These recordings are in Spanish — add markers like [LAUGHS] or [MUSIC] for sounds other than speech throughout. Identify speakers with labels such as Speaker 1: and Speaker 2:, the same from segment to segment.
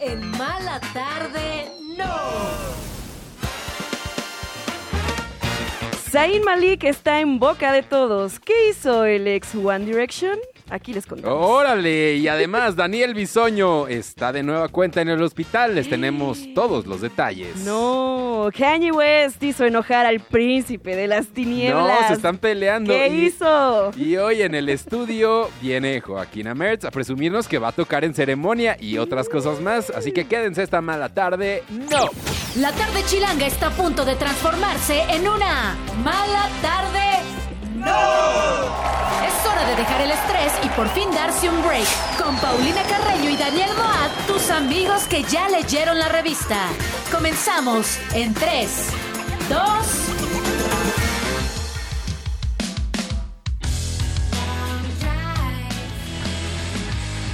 Speaker 1: en Mala Tarde No.
Speaker 2: Zayn Malik está en boca de todos. ¿Qué hizo el ex One Direction? Aquí les contamos.
Speaker 3: Órale, y además Daniel Bisoño está de nueva cuenta en el hospital. Les tenemos todos los detalles.
Speaker 2: No, Kanye West hizo enojar al príncipe de las tinieblas.
Speaker 3: No, se están peleando.
Speaker 2: ¿Qué
Speaker 3: Y-
Speaker 2: hizo?
Speaker 3: Y hoy en el estudio viene Joaquina Mertz a presumirnos que va a tocar en ceremonia y otras cosas más. Así que quédense esta mala tarde. No.
Speaker 1: La tarde chilanga está a punto de transformarse en una mala tarde. ¡No! Es hora de dejar el estrés y por fin darse un break. Con Paulina Carreño y Daniel Moat, tus amigos que ya leyeron la revista. Comenzamos en 3, 2,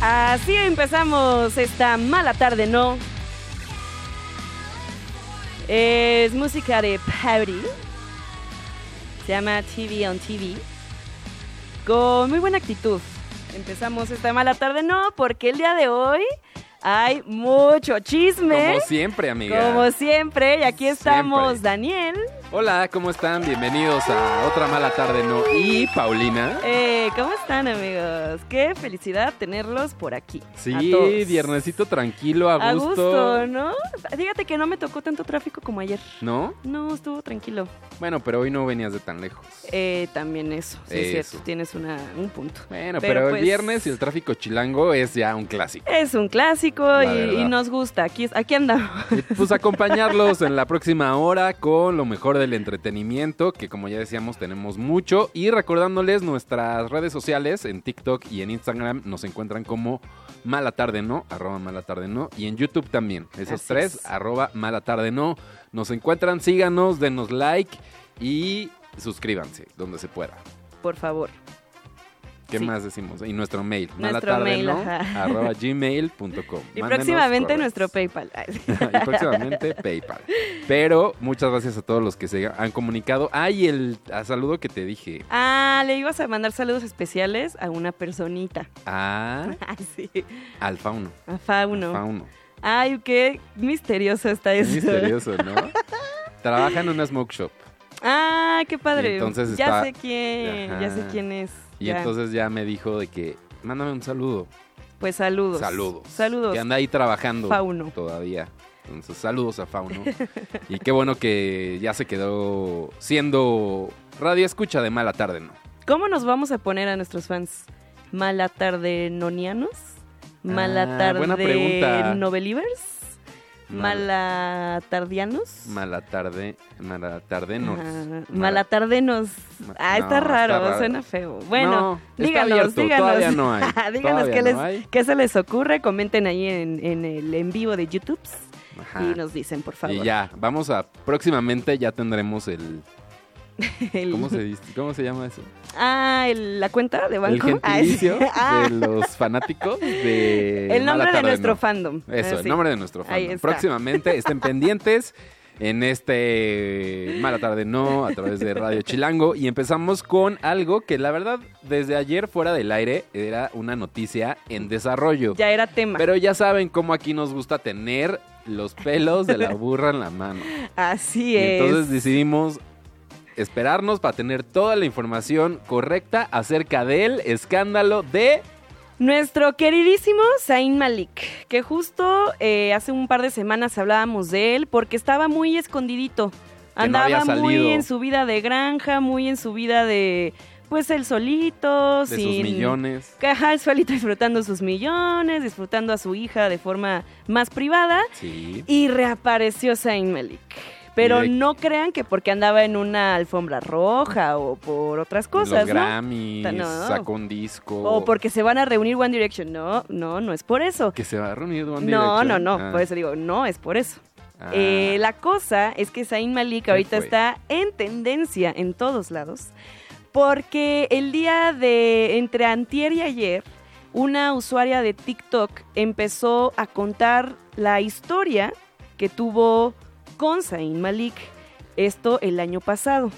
Speaker 2: Así empezamos esta mala tarde, ¿no? Es música de Party. Se llama TV on TV. Con muy buena actitud. Empezamos esta mala tarde, ¿no? Porque el día de hoy hay mucho chisme.
Speaker 3: Como siempre, amiga.
Speaker 2: ¿Eh? Como siempre. Y aquí estamos
Speaker 3: Siempre.
Speaker 2: Daniel,
Speaker 3: Hola, ¿cómo están? Bienvenidos a otra mala tarde. No. Y Paulina.
Speaker 2: Eh, ¿Cómo están, amigos? Qué felicidad tenerlos por aquí. a todos.
Speaker 3: Sí, viernesito tranquilo, a
Speaker 2: A
Speaker 3: gusto.
Speaker 2: gusto, ¿no? Fíjate que no me tocó tanto tráfico como ayer.
Speaker 3: ¿No?
Speaker 2: No, estuvo tranquilo.
Speaker 3: Bueno, pero hoy no venías de tan lejos.
Speaker 2: Eh, también eso, sí, es
Speaker 3: Eso.
Speaker 2: cierto. Tienes una, un punto.
Speaker 3: bueno,
Speaker 2: pero
Speaker 3: pero,
Speaker 2: pues-
Speaker 3: el viernes y el tráfico chilango es ya un clásico.
Speaker 2: Es un clásico
Speaker 3: La
Speaker 2: y,
Speaker 3: verdad.
Speaker 2: y nos gusta. Aquí, es- aquí andamos.
Speaker 3: Y, pues acompañarlos en la próxima hora con lo mejor del entretenimiento, que como ya decíamos tenemos mucho. Y recordándoles nuestras redes sociales, en TikTok y en Instagram nos encuentran como Mala Tarde No, arroba Mala Tarde No, y en YouTube también. Esos
Speaker 2: Así
Speaker 3: tres,
Speaker 2: es.
Speaker 3: arroba Mala Tarde No. Nos encuentran, síganos, denos like y suscríbanse donde se pueda.
Speaker 2: Por favor.
Speaker 3: ¿Qué
Speaker 2: Sí.
Speaker 3: más decimos? Y nuestro mail,
Speaker 2: Nuestro mail,
Speaker 3: malatardeno,
Speaker 2: ajá.
Speaker 3: [LAUGHS] arroba
Speaker 2: Y
Speaker 3: gmail.com. Mándenos
Speaker 2: próximamente
Speaker 3: correos.
Speaker 2: nuestro PayPal. Ay,
Speaker 3: [LAUGHS] y próximamente PayPal. Pero muchas gracias a todos los que se han comunicado. Ay, el ah, saludo que te dije.
Speaker 2: Ah, le ibas a mandar saludos especiales a una personita. [LAUGHS]
Speaker 3: A,
Speaker 2: Ay, sí.
Speaker 3: al fauno.
Speaker 2: A
Speaker 3: al
Speaker 2: Fauno.
Speaker 3: ¿Eh? fauno.
Speaker 2: Ay, qué misterioso está
Speaker 3: Es
Speaker 2: [LAUGHS] eso.
Speaker 3: misterioso, ¿no? Trabaja en una smoke shop.
Speaker 2: Ah, qué padre.
Speaker 3: Y entonces
Speaker 2: ya
Speaker 3: está-
Speaker 2: sé quién,
Speaker 3: Ajá.
Speaker 2: ya sé quién es.
Speaker 3: Y
Speaker 2: ya.
Speaker 3: entonces ya me dijo de que, mándame un saludo.
Speaker 2: pues saludos.
Speaker 3: Saludos.
Speaker 2: Saludos.
Speaker 3: Que anda ahí trabajando.
Speaker 2: Fauno.
Speaker 3: Todavía. Entonces, saludos a Fauno.
Speaker 2: [LAUGHS]
Speaker 3: y qué bueno que ya se quedó siendo radio escucha de mala tarde, ¿no?
Speaker 2: ¿Cómo nos vamos a poner a nuestros fans? ¿Mala tarde nonianos? ¿Mala
Speaker 3: Ah,
Speaker 2: tarde
Speaker 3: buena pregunta.
Speaker 2: novelivers?
Speaker 3: Mal-
Speaker 2: ¿Mala tardianos?
Speaker 3: Mala tarde, mala tarde nos.
Speaker 2: Ajá. Mala tarde nos.
Speaker 3: Ma-
Speaker 2: Ah,
Speaker 3: no,
Speaker 2: está,
Speaker 3: está
Speaker 2: raro,
Speaker 3: raro.
Speaker 2: suena feo. Bueno,
Speaker 3: No, está
Speaker 2: díganos,
Speaker 3: abierto,
Speaker 2: díganos. Ah,
Speaker 3: todavía
Speaker 2: [LAUGHS]
Speaker 3: no hay,
Speaker 2: díganos
Speaker 3: todavía
Speaker 2: qué,
Speaker 3: no
Speaker 2: les-
Speaker 3: hay.
Speaker 2: qué se les ocurre. Comenten ahí en, en el en vivo de YouTube
Speaker 3: Ajá.
Speaker 2: y nos dicen, por favor.
Speaker 3: Y ya, vamos a próximamente ya tendremos el
Speaker 2: [LAUGHS] El-
Speaker 3: ¿cómo se dice? ¿Cómo se llama eso?
Speaker 2: Ah, el- la cuenta de banco. [LAUGHS]
Speaker 3: El
Speaker 2: Ah, sí.
Speaker 3: gentilicio
Speaker 2: Ah,
Speaker 3: de los fanáticos de
Speaker 2: el nombre
Speaker 3: Mala
Speaker 2: de
Speaker 3: Tarde
Speaker 2: nuestro
Speaker 3: No.
Speaker 2: fandom.
Speaker 3: Eso,
Speaker 2: Ah, sí.
Speaker 3: el nombre de nuestro
Speaker 2: Ahí
Speaker 3: fandom.
Speaker 2: está. [LAUGHS]
Speaker 3: Próximamente estén pendientes en este Mala Tarde No a través de Radio Chilango y empezamos con algo que la verdad desde ayer fuera del aire era una noticia en desarrollo.
Speaker 2: Ya era tema.
Speaker 3: Pero ya saben cómo aquí nos gusta tener los pelos de la burra en
Speaker 2: [LAUGHS]
Speaker 3: la mano.
Speaker 2: Así
Speaker 3: Y
Speaker 2: es.
Speaker 3: entonces decidimos esperarnos para tener toda la información correcta acerca del escándalo de...
Speaker 2: Nuestro queridísimo Zayn Malik, que justo eh, hace un par de semanas hablábamos de él porque estaba muy escondidito.
Speaker 3: Que no
Speaker 2: Andaba
Speaker 3: había
Speaker 2: muy
Speaker 3: salido.
Speaker 2: en su vida de granja, muy en su vida de, pues, el solito,
Speaker 3: De
Speaker 2: sin...
Speaker 3: sus millones.
Speaker 2: Ajá, [LAUGHS] el solito disfrutando sus millones, disfrutando a su hija de forma más privada.
Speaker 3: Sí.
Speaker 2: Y reapareció Zayn Malik. Pero
Speaker 3: Y de-
Speaker 2: no crean que porque andaba en una alfombra roja o por otras cosas,
Speaker 3: los
Speaker 2: ¿no?
Speaker 3: Grammys,
Speaker 2: No.
Speaker 3: sacó un disco.
Speaker 2: O porque se van a reunir One Direction. No, no, no es por eso.
Speaker 3: Que se va a reunir One
Speaker 2: no,
Speaker 3: Direction.
Speaker 2: no, pues, no,
Speaker 3: Ah,
Speaker 2: por eso digo, no es por eso.
Speaker 3: ah,
Speaker 2: Eh, la cosa es que Zayn Malik ahorita
Speaker 3: fue?
Speaker 2: está en tendencia en todos lados porque el día de entre antier y ayer una usuaria de TikTok empezó a contar la historia que tuvo con Zayn Malik esto el año pasado.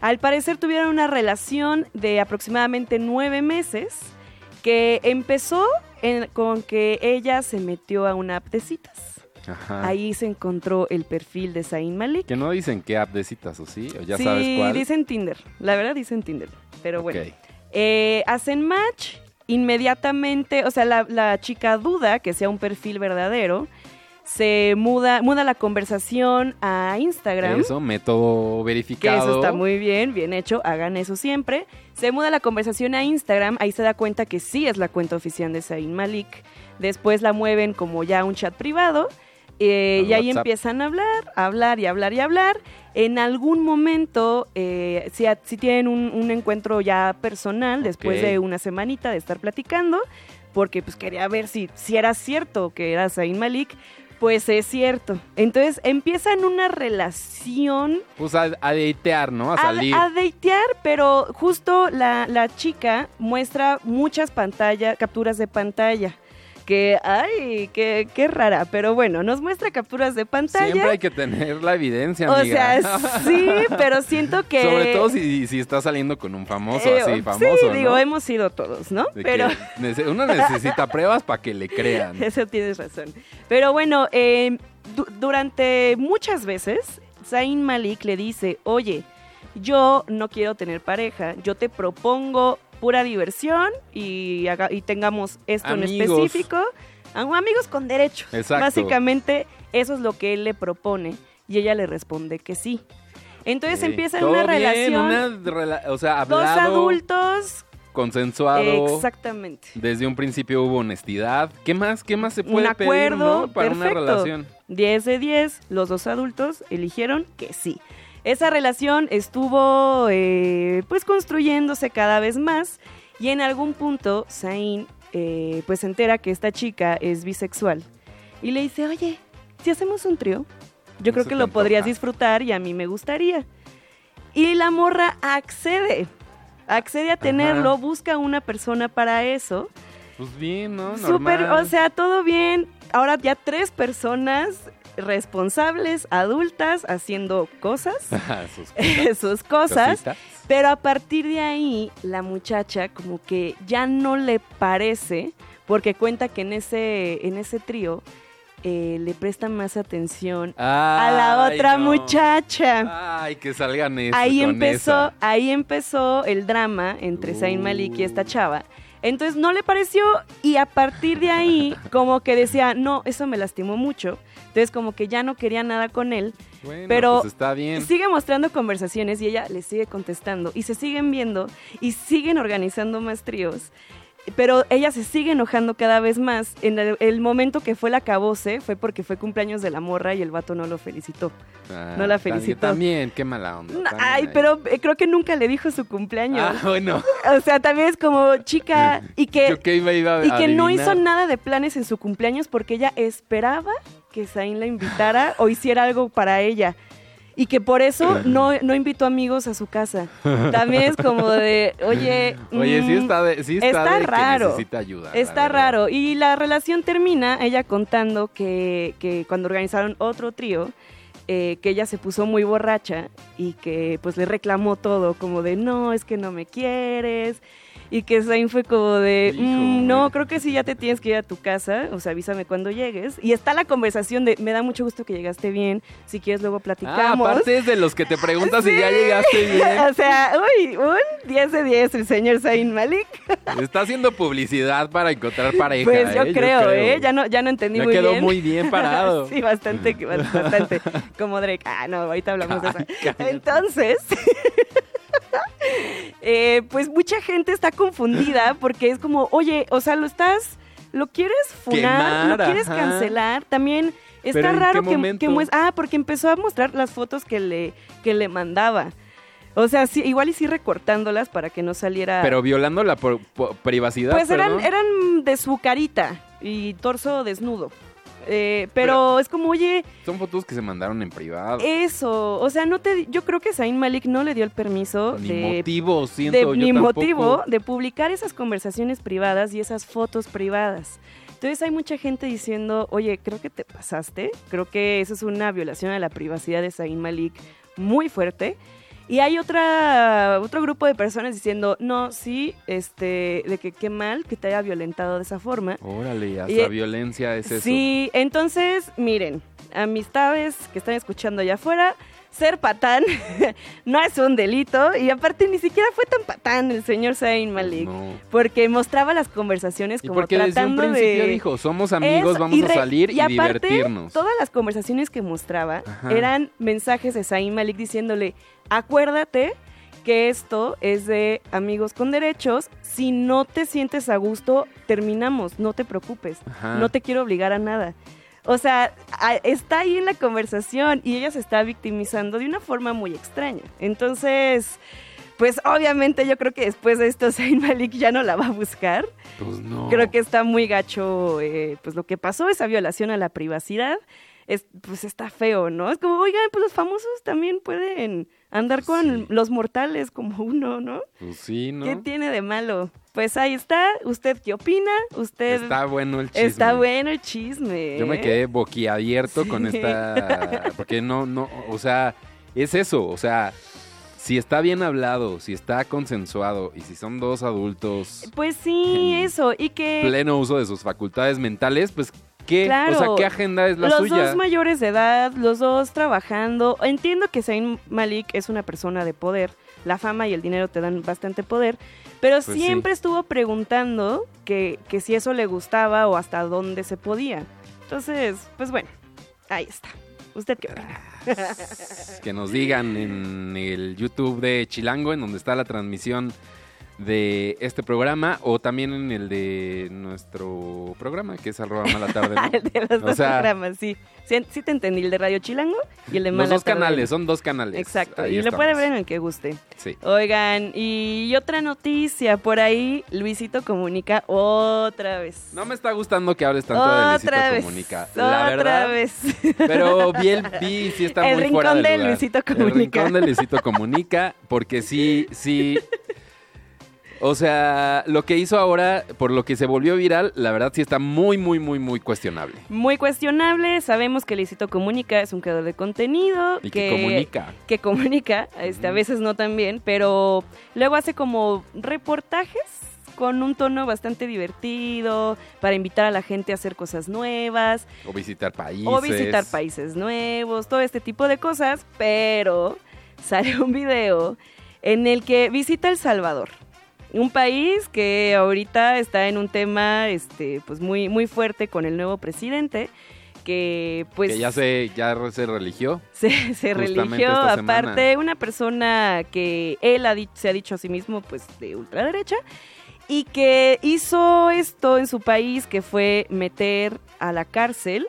Speaker 2: Al parecer tuvieron una relación de aproximadamente nueve meses que empezó en- con que ella se metió a una app de citas.
Speaker 3: Ajá.
Speaker 2: Ahí se encontró el perfil de Zayn Malik.
Speaker 3: Que no dicen qué app de citas, ¿o sí? ¿O ya
Speaker 2: sí,
Speaker 3: sabes cuál?
Speaker 2: dicen Tinder. La verdad dicen Tinder. Pero bueno.
Speaker 3: Ok.
Speaker 2: Eh, hacen match inmediatamente, o sea, la, la chica duda que sea un perfil verdadero, se muda, muda la conversación a Instagram.
Speaker 3: Eso, método
Speaker 2: Que
Speaker 3: verificado.
Speaker 2: eso está muy bien, bien hecho, hagan eso siempre. Se muda la conversación a Instagram, ahí se da cuenta que sí es la cuenta oficial de Zayn Malik. Después la mueven como ya a un chat privado eh,
Speaker 3: Al
Speaker 2: y ahí
Speaker 3: WhatsApp.
Speaker 2: empiezan a hablar, a hablar y hablar y hablar. En algún momento, eh, si, a- si tienen un, un encuentro ya personal después
Speaker 3: Ok.
Speaker 2: de una semanita de estar platicando, porque pues quería ver si, si era cierto que era Zayn Malik. Pues es cierto. Entonces empiezan una relación
Speaker 3: Pues a, a datear, ¿no? A
Speaker 2: a,
Speaker 3: salir.
Speaker 2: a datear, pero justo la, la chica muestra muchas pantallas, capturas de pantalla. Que, ay, qué, qué rara. Pero bueno, nos muestra capturas de pantalla.
Speaker 3: Siempre hay que tener la evidencia,
Speaker 2: o
Speaker 3: amiga.
Speaker 2: sea,
Speaker 3: [LAUGHS]
Speaker 2: sí, pero siento que.
Speaker 3: Sobre todo si, si está saliendo con un famoso
Speaker 2: eh,
Speaker 3: así, famoso,
Speaker 2: Sí,
Speaker 3: ¿no?
Speaker 2: digo, hemos sido todos, ¿no?
Speaker 3: De que
Speaker 2: Pero.
Speaker 3: nece- uno necesita pruebas para que le
Speaker 2: [LAUGHS]
Speaker 3: crean.
Speaker 2: Eso tienes razón. Pero bueno, eh, du- durante muchas veces, Zayn Malik le dice, oye, yo no quiero tener pareja, yo te propongo pura diversión y, haga- y tengamos esto en
Speaker 3: Amigos.
Speaker 2: específico. Am- Amigos con derechos.
Speaker 3: Exacto.
Speaker 2: Básicamente, eso es lo que él le propone y ella le responde que sí. Entonces
Speaker 3: Ok.
Speaker 2: empieza
Speaker 3: Eh, Todo
Speaker 2: una
Speaker 3: bien,
Speaker 2: relación,
Speaker 3: una rela- o sea,
Speaker 2: dos
Speaker 3: hablado,
Speaker 2: adultos,
Speaker 3: consensuado.
Speaker 2: exactamente.
Speaker 3: Desde un principio hubo honestidad. ¿Qué más? ¿Qué más se
Speaker 2: Un
Speaker 3: puede pedir
Speaker 2: acuerdo,
Speaker 3: ¿no? para
Speaker 2: perfecto.
Speaker 3: una relación?
Speaker 2: 10 de 10, los dos adultos eligieron que sí. Esa relación estuvo eh, pues construyéndose cada vez más y en algún punto Zayn eh, pues se entera que esta chica es bisexual y le dice, oye, si hacemos un trío, yo
Speaker 3: No
Speaker 2: creo
Speaker 3: se
Speaker 2: que
Speaker 3: te
Speaker 2: lo podrías
Speaker 3: antoja.
Speaker 2: disfrutar y a mí me gustaría. Y la morra accede, accede a tenerlo, busca una persona para eso.
Speaker 3: Pues bien, ¿no?
Speaker 2: Súper,
Speaker 3: Normal.
Speaker 2: o sea, todo bien. Ahora ya tres personas responsables, adultas, haciendo
Speaker 3: [LAUGHS]
Speaker 2: cosas, [LAUGHS]
Speaker 3: Sus
Speaker 2: sus cosas.
Speaker 3: cositas.
Speaker 2: Pero a partir de ahí, la muchacha como que ya no le parece, porque cuenta que en ese, en ese trío eh, le presta más atención a la
Speaker 3: Ay,
Speaker 2: otra
Speaker 3: no.
Speaker 2: muchacha.
Speaker 3: Ay, que salgan eso.
Speaker 2: ahí
Speaker 3: con
Speaker 2: empezó,
Speaker 3: esa.
Speaker 2: ahí empezó el drama entre Zayn Malik y
Speaker 3: Uh.
Speaker 2: esta chava. Entonces no le pareció y a partir de
Speaker 3: [LAUGHS]
Speaker 2: ahí como que decía, no, eso me lastimó mucho. Entonces como que ya no quería nada con él.
Speaker 3: Bueno,
Speaker 2: pero-
Speaker 3: pues está bien.
Speaker 2: Sigue mostrando conversaciones y ella le sigue contestando y se siguen viendo y siguen organizando más tríos. Pero ella se sigue enojando cada vez más. En el, el momento que fue el acabose fue porque fue cumpleaños de la morra y el vato no lo felicitó.
Speaker 3: Ah,
Speaker 2: no la
Speaker 3: también-
Speaker 2: felicitó.
Speaker 3: También, qué mala onda. también
Speaker 2: Ay,
Speaker 3: ahí.
Speaker 2: pero eh, creo que nunca le dijo su cumpleaños.
Speaker 3: Ah, bueno.
Speaker 2: O sea, también es como chica y [LAUGHS] que,
Speaker 3: Yo que iba, iba a
Speaker 2: y que no
Speaker 3: adivinar.
Speaker 2: hizo nada de planes en su cumpleaños porque ella esperaba que Zayn la invitara o hiciera algo para ella. Y que por
Speaker 3: Eh.
Speaker 2: eso no, no invitó amigos a su casa. También es como de, oye...
Speaker 3: [LAUGHS] Oye, sí
Speaker 2: mm,
Speaker 3: está, de, sí está,
Speaker 2: está
Speaker 3: de que
Speaker 2: raro.
Speaker 3: necesita ayuda. la
Speaker 2: Está
Speaker 3: verdad. Ah,
Speaker 2: raro. Y la relación termina ella contando que, que cuando organizaron otro trío, eh, que ella se puso muy borracha y que pues le reclamó todo, como de no, es que no me quieres. Y que Zayn fue como de,
Speaker 3: Hijo,
Speaker 2: "Mm,
Speaker 3: güey.
Speaker 2: no, creo que sí, ya te tienes que ir a tu casa, o sea, avísame cuando llegues. Y está la conversación de, me da mucho gusto que llegaste bien, si quieres luego
Speaker 3: Ah,
Speaker 2: [LAUGHS] platicamos.
Speaker 3: aparte eh. es de los que te preguntas si ya llegaste
Speaker 2: [LAUGHS]
Speaker 3: bien.
Speaker 2: o sea, uy, un 10 de 10 el señor Zayn Malik.
Speaker 3: Está haciendo publicidad para encontrar pareja.
Speaker 2: Pues yo,
Speaker 3: ¿eh?
Speaker 2: creo, ¿eh? Ya no, ya no entendí
Speaker 3: Ya
Speaker 2: muy
Speaker 3: quedó
Speaker 2: bien.
Speaker 3: muy bien
Speaker 2: [LAUGHS]
Speaker 3: parado.
Speaker 2: Sí, bastante, que- bastante. Como Drake. Ah, no, ahorita hablamos de eso.
Speaker 3: [LAUGHS] cállate.
Speaker 2: Entonces, [LAUGHS] eh, pues mucha gente está confundida porque es como, oye, o sea, lo estás, lo quieres funar,
Speaker 3: Quemar,
Speaker 2: lo quieres
Speaker 3: ajá.
Speaker 2: cancelar. También está
Speaker 3: Pero ¿en
Speaker 2: raro
Speaker 3: qué
Speaker 2: que,
Speaker 3: momento?
Speaker 2: que mues- Ah, porque empezó a mostrar las fotos que le, que le mandaba. O sea, sí, igual y sí recortándolas para que no saliera.
Speaker 3: Pero violando la por- por- privacidad.
Speaker 2: Pues eran,
Speaker 3: perdón.
Speaker 2: eran de su carita y torso desnudo. Eh, pero, es como, oye,
Speaker 3: Son fotos que se mandaron en privado.
Speaker 2: eso, o sea, no te, yo creo que Zayn Malik no le dio el permiso
Speaker 3: ni
Speaker 2: de,
Speaker 3: motivo, siento
Speaker 2: de-
Speaker 3: yo
Speaker 2: ni
Speaker 3: tampoco.
Speaker 2: motivo de publicar esas conversaciones privadas y esas fotos privadas. Entonces hay mucha gente diciendo, oye, creo que te pasaste, creo que eso es una violación a la privacidad de Zayn Malik muy fuerte. Y hay otra, otro grupo de personas diciendo, no, sí, este, de que qué mal que te haya violentado de esa forma.
Speaker 3: Órale, hasta
Speaker 2: Y, eh,
Speaker 3: violencia es eso.
Speaker 2: Sí, entonces, miren, amistades que están escuchando allá afuera, ser patán [LAUGHS] no es un delito y aparte ni siquiera fue tan patán el señor Zayn Malik.
Speaker 3: No.
Speaker 2: Porque mostraba las conversaciones
Speaker 3: Y
Speaker 2: como
Speaker 3: porque desde un
Speaker 2: tratando
Speaker 3: principio
Speaker 2: de...
Speaker 3: dijo, somos amigos,
Speaker 2: Eso,
Speaker 3: vamos
Speaker 2: y
Speaker 3: a
Speaker 2: re-
Speaker 3: salir y,
Speaker 2: aparte,
Speaker 3: divertirnos.
Speaker 2: Todas las conversaciones que mostraba
Speaker 3: Ajá.
Speaker 2: eran mensajes de Zayn Malik diciéndole, acuérdate que esto es de amigos con derechos, si no te sientes a gusto, terminamos, no te preocupes,
Speaker 3: Ajá.
Speaker 2: no te quiero obligar a nada. O sea, a- está ahí en la conversación y ella se está victimizando de una forma muy extraña. Entonces, pues obviamente yo creo que después de esto [LAUGHS] Zayn Malik ya no la va a buscar
Speaker 3: Pues no.
Speaker 2: creo que está muy gacho eh, pues lo que pasó, esa violación a la privacidad. Es, pues está feo, ¿no? Es como, oigan, pues los famosos también pueden andar con
Speaker 3: Sí.
Speaker 2: los mortales como uno, ¿no?
Speaker 3: Pues sí, ¿no?
Speaker 2: ¿Qué tiene de malo? Pues ahí está, ¿usted qué opina? Usted
Speaker 3: Está bueno el chisme.
Speaker 2: está bueno el chisme.
Speaker 3: Yo me
Speaker 2: ¿eh?
Speaker 3: quedé boquiabierto con
Speaker 2: Sí.
Speaker 3: esta... Porque no, no, o sea, es eso, o sea, si está bien hablado, si está consensuado y si son dos adultos,
Speaker 2: Pues sí,
Speaker 3: En
Speaker 2: eso, y que...
Speaker 3: pleno uso de sus facultades mentales, pues, ¿qué?
Speaker 2: Claro.
Speaker 3: O sea, ¿qué agenda es la
Speaker 2: los
Speaker 3: suya?
Speaker 2: dos mayores de edad, los dos trabajando. Entiendo que Zayn Malik es una persona de poder. La fama y el dinero te dan bastante poder. Pero
Speaker 3: Pues
Speaker 2: siempre estuvo preguntando que, que si eso le gustaba o hasta dónde se podía. Entonces, pues bueno, ahí está. ¿Usted qué opina?
Speaker 3: [LAUGHS] que nos digan en el YouTube de Chilango, en donde está la transmisión de este programa, o también en el de nuestro programa, que es arroba mala tarde. ¿no?
Speaker 2: El [LAUGHS] de los
Speaker 3: O
Speaker 2: dos
Speaker 3: sea-
Speaker 2: programas, sí. sí. sí te entendí, el de Radio Chilango y el de
Speaker 3: Los
Speaker 2: Mala
Speaker 3: dos
Speaker 2: Tarde.
Speaker 3: canales, son dos canales.
Speaker 2: Exacto,
Speaker 3: Ahí
Speaker 2: y lo puede
Speaker 3: estamos.
Speaker 2: ver en el que guste.
Speaker 3: Sí.
Speaker 2: Oigan, y otra noticia, por ahí Luisito comunica otra vez.
Speaker 3: No me está gustando que hables tanto de Luisito
Speaker 2: otra vez.
Speaker 3: Comunica. La
Speaker 2: Otra
Speaker 3: verdad.
Speaker 2: vez. [LAUGHS]
Speaker 3: Pero vi el vi, sí está
Speaker 2: El
Speaker 3: muy
Speaker 2: rincón
Speaker 3: fuera del
Speaker 2: de
Speaker 3: lugar.
Speaker 2: Luisito
Speaker 3: El
Speaker 2: Comunica.
Speaker 3: rincón de Luisito Comunica, porque sí, sí. O sea, lo que hizo ahora, por lo que se volvió viral, la verdad sí está muy, muy, muy, muy cuestionable.
Speaker 2: Muy cuestionable, sabemos que Luisito comunica, es un creador de contenido.
Speaker 3: Y que, comunica.
Speaker 2: que comunica, este, a
Speaker 3: Ujú.
Speaker 2: veces no tan bien, pero luego hace como reportajes con un tono bastante divertido, para invitar a la gente a hacer cosas nuevas,
Speaker 3: O visitar países.
Speaker 2: o visitar países nuevos, todo este tipo de cosas, pero sale un video en el que visita El Salvador, un país que ahorita está en un tema este pues muy muy fuerte con el nuevo presidente que pues
Speaker 3: que ya se, ya se religió.
Speaker 2: se, se religió,
Speaker 3: esta semana.
Speaker 2: aparte una persona que él ha di- se ha dicho a sí mismo pues de ultraderecha y que hizo esto en su país que fue meter a la cárcel